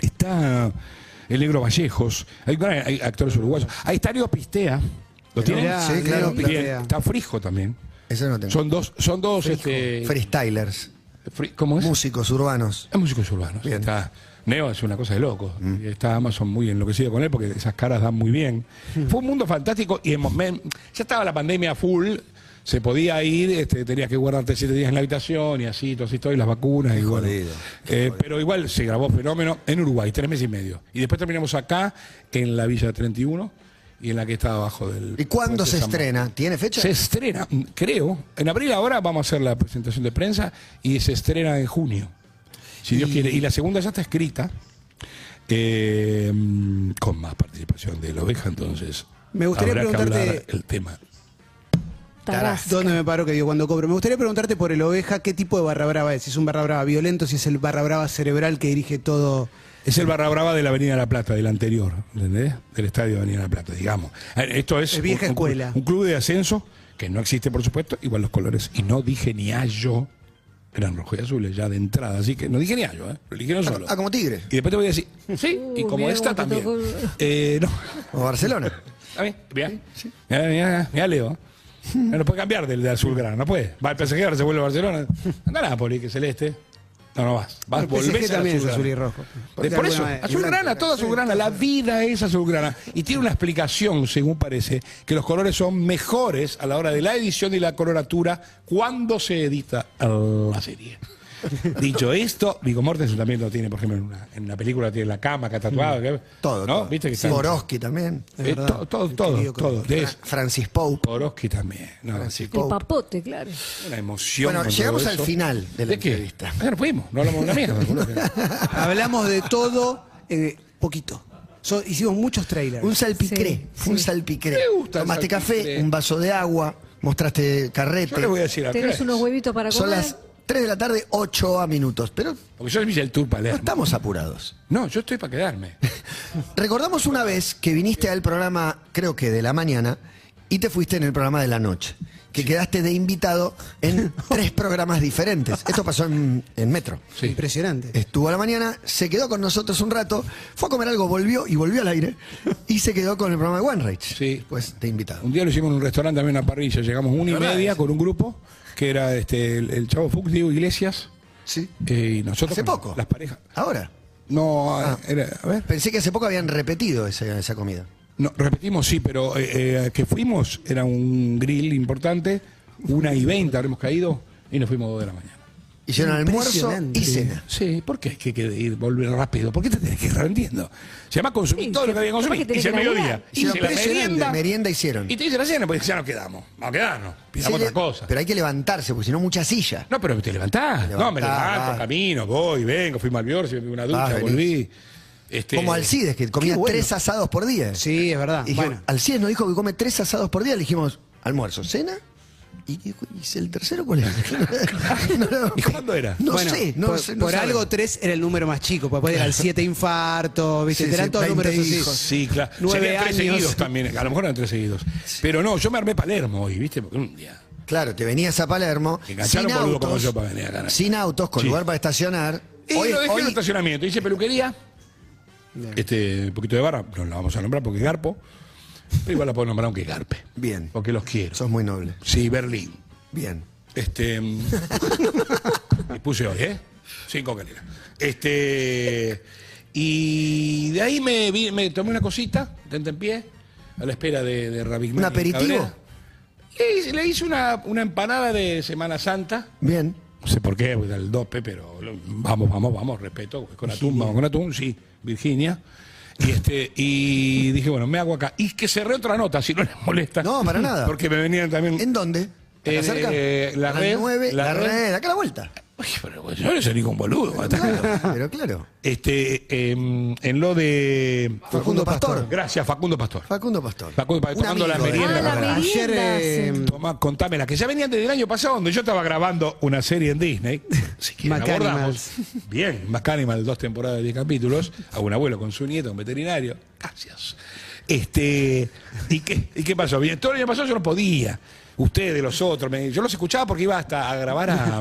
Speaker 4: está el negro Vallejos, hay, gran- hay actores uruguayos. Ahí está Leo Pistea. ¿Lo tienen?
Speaker 5: Mirá,
Speaker 3: Sí, claro,
Speaker 5: Leo
Speaker 4: Bien,
Speaker 5: Pistea.
Speaker 4: Está Frijo también.
Speaker 3: Eso no tengo.
Speaker 4: Son dos, son dos, este,
Speaker 3: Freestylers,
Speaker 4: fri- ¿cómo es?
Speaker 3: músicos urbanos.
Speaker 4: Ah, músicos urbanos.
Speaker 3: Bien. Mm.
Speaker 4: Está, Neo es una cosa de loco. Está Amazon muy enloquecido con él porque esas caras dan muy bien.
Speaker 3: Mm.
Speaker 4: Fue un mundo fantástico y en momen- ya estaba la pandemia full. Se podía ir, este, tenías que guardarte siete días en la habitación y así, todo así, todo, y las vacunas. y bueno.
Speaker 3: jodido,
Speaker 4: Eh, pero igual se grabó Fenómeno en Uruguay, tres meses y medio. Y después terminamos acá, en la Villa 31, y en la que está abajo del...
Speaker 3: ¿Y cuándo
Speaker 4: puente
Speaker 3: se
Speaker 4: San Marcos.
Speaker 3: estrena? ¿Tiene fecha?
Speaker 4: Se estrena, mm, creo. En abril ahora vamos a hacer la presentación de prensa y se estrena en junio. Si Dios quiere. Y la segunda ya está escrita. eh, mm, con más participación de la oveja, entonces.
Speaker 5: Me gustaría
Speaker 4: habrá que
Speaker 5: preguntarte-
Speaker 4: hablar el tema.
Speaker 6: Tarás.
Speaker 5: ¿Dónde me paro que digo cuando cobro? Me gustaría preguntarte por el oveja, ¿qué tipo de barra brava es? Si es un barra brava violento, si es el barra brava cerebral que dirige todo.
Speaker 4: Es el barra brava de la Avenida de la Plata, del anterior, ¿entendés? Del estadio de Avenida de la Plata, digamos. A ver, Esto es.
Speaker 5: Es vieja
Speaker 4: un- un, club-
Speaker 5: escuela.
Speaker 4: Un club de ascenso que no existe, por supuesto, igual los colores. Y no dije ni a yo. Eran rojos y azules ya de entrada, así que no dije ni a yo, ¿eh? Lo eligieron solo.
Speaker 3: Ah, como Tigre.
Speaker 4: Y después te voy a decir, sí, y
Speaker 6: Uh,
Speaker 4: como
Speaker 6: mirá
Speaker 4: esta
Speaker 6: cómo te
Speaker 4: también.
Speaker 6: tocó.
Speaker 4: Eh, no,
Speaker 3: O Barcelona.
Speaker 4: a mí, mirá, mirá, mirá, mirá, Leo. No lo puede cambiar del de azulgrana, no puede. Va el PSG, ahora se vuelve a Barcelona. Anda a Napoli, que es celeste. No, no vas. Vas,
Speaker 5: El
Speaker 4: volvés
Speaker 5: PSG
Speaker 4: al
Speaker 5: también pues,
Speaker 4: azulgrana.
Speaker 5: es azul y rojo.
Speaker 4: De- por eso, azulgrana, toda azulgrana, la vida es azulgrana. Y tiene una explicación, según parece, que los colores son mejores a la hora de la edición y la coloratura cuando se edita la serie. Dicho esto, Vigo Mortensen también lo tiene, por ejemplo, en una, en una película tiene la cama acá tatuada. que-
Speaker 3: Mm. Todo.
Speaker 4: ¿no?
Speaker 3: todo.
Speaker 4: ¿Viste que está-
Speaker 3: Borowski también.
Speaker 4: Eh, todo, todo, todo.
Speaker 5: querido
Speaker 4: todo. De eso.
Speaker 3: Francis Pope.
Speaker 4: Borowski también. No, así
Speaker 6: El
Speaker 4: como
Speaker 6: papote, claro.
Speaker 4: una emoción.
Speaker 3: Ah, Bueno,
Speaker 4: con
Speaker 3: llegamos
Speaker 4: todo
Speaker 3: al
Speaker 4: eso.
Speaker 3: final de la
Speaker 4: qué?
Speaker 3: entrevista.
Speaker 4: Ah, no fuimos, no hablamos de una mierda. boludo.
Speaker 5: Hablamos de todo, eh, poquito. So- hicimos muchos trailers.
Speaker 3: Un salpicré.
Speaker 6: Sí,
Speaker 3: fue un salpicré.
Speaker 4: Me gusta el
Speaker 3: Tomaste café,
Speaker 4: salpicré.
Speaker 3: un vaso de agua, mostraste carrete.
Speaker 4: Yo le voy a decir a
Speaker 6: Tenés
Speaker 4: Crash,
Speaker 6: unos huevitos para comer. Ah,
Speaker 3: Son las 3 de la tarde, 8 a minutos. Pero no
Speaker 4: Porque yo hice el tour Palermo.
Speaker 3: estamos apurados.
Speaker 4: No, yo estoy para quedarme.
Speaker 3: Recordamos una vez que viniste al programa, creo que de la mañana, y te fuiste en el programa de la noche. Que quedaste de invitado en tres programas diferentes. Esto pasó en, en Metro.
Speaker 4: Sí.
Speaker 5: Impresionante.
Speaker 3: Estuvo a la mañana, se quedó con nosotros un rato, fue a comer algo, volvió y volvió al aire. Y se quedó con el programa de One Rage.
Speaker 4: Sí.
Speaker 3: Pues de invitado.
Speaker 4: Un día lo hicimos en un restaurante, también una parrilla. Llegamos una y
Speaker 3: ¿Verdad?
Speaker 4: media con un grupo que era este, el, el chavo Fuchs, Diego Iglesias.
Speaker 3: Sí.
Speaker 4: eh, y nosotros.
Speaker 3: Hace
Speaker 4: con
Speaker 3: poco. Ah.
Speaker 4: Las parejas.
Speaker 3: Ahora.
Speaker 4: No, eh, era- a ver.
Speaker 3: Pensé que hace poco habían repetido esa, esa comida.
Speaker 4: No, repetimos, sí, pero eh, eh, que fuimos era un grill importante, una y veinte habremos caído y nos fuimos dos de la mañana.
Speaker 3: Hicieron almuerzo
Speaker 5: Impresionante.
Speaker 3: y cena.
Speaker 4: Sí, ¿por qué hay que, que ir, volver rápido? ¿Por qué te tenés que ir rendiendo? Se llama consumir
Speaker 6: Sí,
Speaker 4: todo lo
Speaker 6: capaz
Speaker 4: que había que consumir.
Speaker 6: que tenés
Speaker 4: Hice el
Speaker 6: que
Speaker 4: mediodía,
Speaker 6: laburar.
Speaker 4: hice la
Speaker 3: Impresionante,
Speaker 4: merienda,
Speaker 3: merienda hicieron.
Speaker 4: y te dice la cena, pues ya nos quedamos. Vamos a quedarnos, pisamos
Speaker 3: Sí,
Speaker 4: otra cosa.
Speaker 3: Pero hay que levantarse, porque si no, mucha silla.
Speaker 4: No, pero te levantás.
Speaker 3: Te
Speaker 4: no, me
Speaker 3: levantás,
Speaker 4: levanto,
Speaker 3: vas.
Speaker 4: camino, voy, vengo, fui al Bior, si me pido una ducha,
Speaker 3: Vas, venís.
Speaker 4: volví. Este,
Speaker 3: Como Alcides, que comía
Speaker 5: Qué bueno.
Speaker 3: tres asados por día.
Speaker 5: Sí, es verdad.
Speaker 3: Y dijimos,
Speaker 5: Bueno,
Speaker 3: Alcides nos dijo que come tres asados por día. Le dijimos, almuerzo, cena ¿Y, qué- y si el tercero cuál es? no, no,
Speaker 4: ¿Y cuándo era?
Speaker 3: no
Speaker 5: Bueno,
Speaker 3: sé, no
Speaker 5: por,
Speaker 3: sé. no
Speaker 5: por
Speaker 3: saben.
Speaker 5: algo 3 era el número más chico, porque después era el 7 infarto, ¿viste?
Speaker 3: Sí,
Speaker 5: Te eran
Speaker 3: sí,
Speaker 5: todos
Speaker 3: 20
Speaker 5: números así.
Speaker 3: hijos.
Speaker 4: Sí, claro.
Speaker 5: Nueve
Speaker 4: Serían tres
Speaker 5: años.
Speaker 4: seguidos también. A lo mejor eran tres seguidos. Pero no, yo me armé Palermo hoy, ¿viste? Porque un día.
Speaker 3: Claro, te venías a Palermo
Speaker 4: Que engancharon
Speaker 3: sin
Speaker 4: boludo como
Speaker 3: autos,
Speaker 4: yo para venir acá, ¿no?
Speaker 3: sin autos, con
Speaker 4: Sí.
Speaker 3: lugar para estacionar.
Speaker 4: Y lo dejé en el estacionamiento. Hice peluquería. Este, un poquito de barra. No la vamos a nombrar porque garpo. Pero igual la puedo nombrar aunque garpe.
Speaker 3: Bien.
Speaker 4: Porque los quiero.
Speaker 3: sos muy noble.
Speaker 4: Sí, Berlín.
Speaker 3: Bien.
Speaker 4: Este. mm, y puse hoy, ¿eh? Cinco canela. Este. Y de ahí me, vi- me tomé una cosita, de pie, a la espera de, de Rabignac
Speaker 3: ¿Un
Speaker 4: y
Speaker 3: aperitivo?
Speaker 4: Cabrera. Le, le hice una, una empanada de Semana Santa.
Speaker 3: Bien.
Speaker 4: No sé por qué, porque era el dope, pero lo- vamos, vamos, vamos, respeto, pues, con atún, vamos con atún, sí, Virginia. Y, este, y dije, bueno, me hago acá. Y que cerré otra nota, si no les molesta.
Speaker 3: No, para nada.
Speaker 4: Porque me venían también.
Speaker 3: ¿En dónde? ¿Acá
Speaker 4: Eh,
Speaker 3: cerca?
Speaker 4: eh, la
Speaker 3: A las
Speaker 4: red,
Speaker 3: nueve,
Speaker 4: la
Speaker 3: la,
Speaker 4: red.
Speaker 3: red. acá a la vuelta.
Speaker 4: Uy, pero bueno, yo no soy ningún boludo.
Speaker 3: Claro, pero claro.
Speaker 4: Este, eh, en lo de.
Speaker 3: Facundo Pastor.
Speaker 4: Gracias, Facundo Pastor.
Speaker 3: Facundo Pastor.
Speaker 4: Facundo Pastor,
Speaker 3: Un
Speaker 4: tocando la
Speaker 3: amigo, ¿eh?
Speaker 4: merienda.
Speaker 6: Ah, la
Speaker 4: con-
Speaker 6: merienda.
Speaker 5: Ayer, eh,
Speaker 6: sí.
Speaker 4: Tomá, contámela, que ya venían desde el año pasado donde yo estaba grabando una serie en Disney. Si quieren,
Speaker 5: McAnimals.
Speaker 4: abordamos. Bien, McAnimal, dos temporadas de 10 capítulos. A un abuelo con su nieto, un veterinario. Gracias. Este, ¿y, qué, ¿Y qué pasó? Bien, todo el año pasado yo no podía. Ustedes, los otros. me- yo los escuchaba porque iba hasta a grabar a.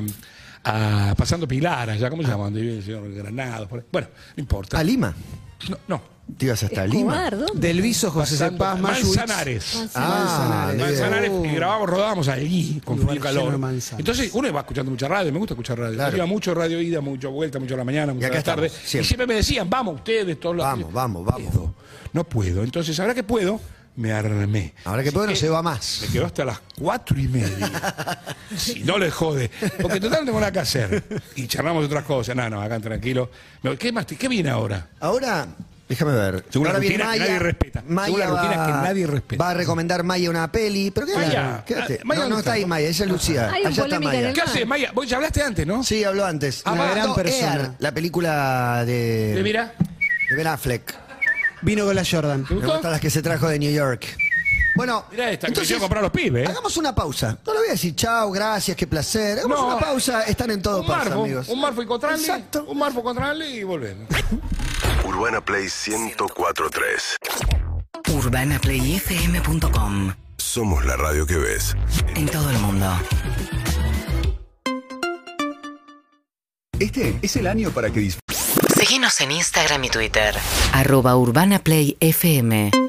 Speaker 4: a- Pasando Pilar, allá, ¿cómo se llama? Donde vive el señor Granados. por ahí. Bueno, no importa.
Speaker 3: ¿A Lima?
Speaker 4: No, no.
Speaker 3: ¿Te ibas hasta Lima?
Speaker 6: Escobar, ¿dónde?
Speaker 5: Del Viso, José
Speaker 4: Pasando-
Speaker 5: Cepaz, Mayuitz.
Speaker 4: Manzanares.
Speaker 3: Ah,
Speaker 5: Manzanares.
Speaker 3: ni idea.
Speaker 4: Manzanares y grabábamos, rodábamos allí con
Speaker 5: Lugar
Speaker 4: frío y
Speaker 5: lleno
Speaker 4: calor.
Speaker 5: de manzanas.
Speaker 4: Entonces uno va escuchando mucha radio, me gusta escuchar radio.
Speaker 3: Claro.
Speaker 4: Iba mucho radio ida, mucho vuelta, mucho a la mañana, mucho a
Speaker 3: acá
Speaker 4: la tarde.
Speaker 3: estamos, siempre.
Speaker 4: Y siempre me decían, vamos ustedes, todos los
Speaker 3: Vamos, vamos, vamos.
Speaker 4: Puedo, No puedo. Entonces, ahora que puedo, me armé.
Speaker 3: Ahora que
Speaker 4: Así
Speaker 3: puedo no se va más.
Speaker 4: Me quedo hasta las cuatro y media. si no le jode. Porque total no tengo nada que hacer. Y charlamos de otras cosas. No, no, acá tranquilo. No, ¿Qué, más, te- ¿Qué viene ahora?
Speaker 3: Ahora, déjame ver.
Speaker 4: Según la
Speaker 3: Ahora viene
Speaker 4: rutina que nadie respeta. Según la
Speaker 3: va-
Speaker 4: rutina que nadie respeta.
Speaker 3: Va a recomendar Maya una peli. Pero quédate.
Speaker 4: Maya,
Speaker 3: quédate.
Speaker 4: ah, Maya
Speaker 3: no,
Speaker 4: no
Speaker 3: no está
Speaker 4: está.
Speaker 3: ahí Maya, ella es Lucía.
Speaker 6: Hay un
Speaker 3: Allá está
Speaker 6: polémica
Speaker 3: Maya.
Speaker 6: en
Speaker 4: ¿Qué hace, Maya? Vos ya hablaste antes, ¿no?
Speaker 3: Ah. Sí, habló antes.
Speaker 5: Una
Speaker 3: Hablando
Speaker 5: gran persona.
Speaker 3: Air, la película de,
Speaker 4: ¿Te mira?
Speaker 3: de Ben Affleck.
Speaker 5: Vino con la Jordan.
Speaker 4: ¿Te
Speaker 3: Me
Speaker 4: gustó?
Speaker 3: gustan las que se trajo de New York. Bueno,
Speaker 4: Mirá esta, que me quiero comprar los pibes, ¿eh?
Speaker 3: hagamos una pausa. No le voy a decir chao, gracias, qué placer. Hagamos
Speaker 4: No.
Speaker 3: una pausa, están en todo
Speaker 4: un
Speaker 3: pausa,
Speaker 4: marfo,
Speaker 3: amigos.
Speaker 4: Un marfo y contrale.
Speaker 3: Exacto.
Speaker 4: Un marfo contrale y volvemos.
Speaker 7: Urbana Play 1043.
Speaker 2: UrbanaPlayFM.com.
Speaker 7: Somos la radio que ves.
Speaker 2: En todo el mundo.
Speaker 8: Este es el año para que disfrutes.
Speaker 1: Síguenos en Instagram y Twitter.
Speaker 2: Arroba UrbanaPlayFM.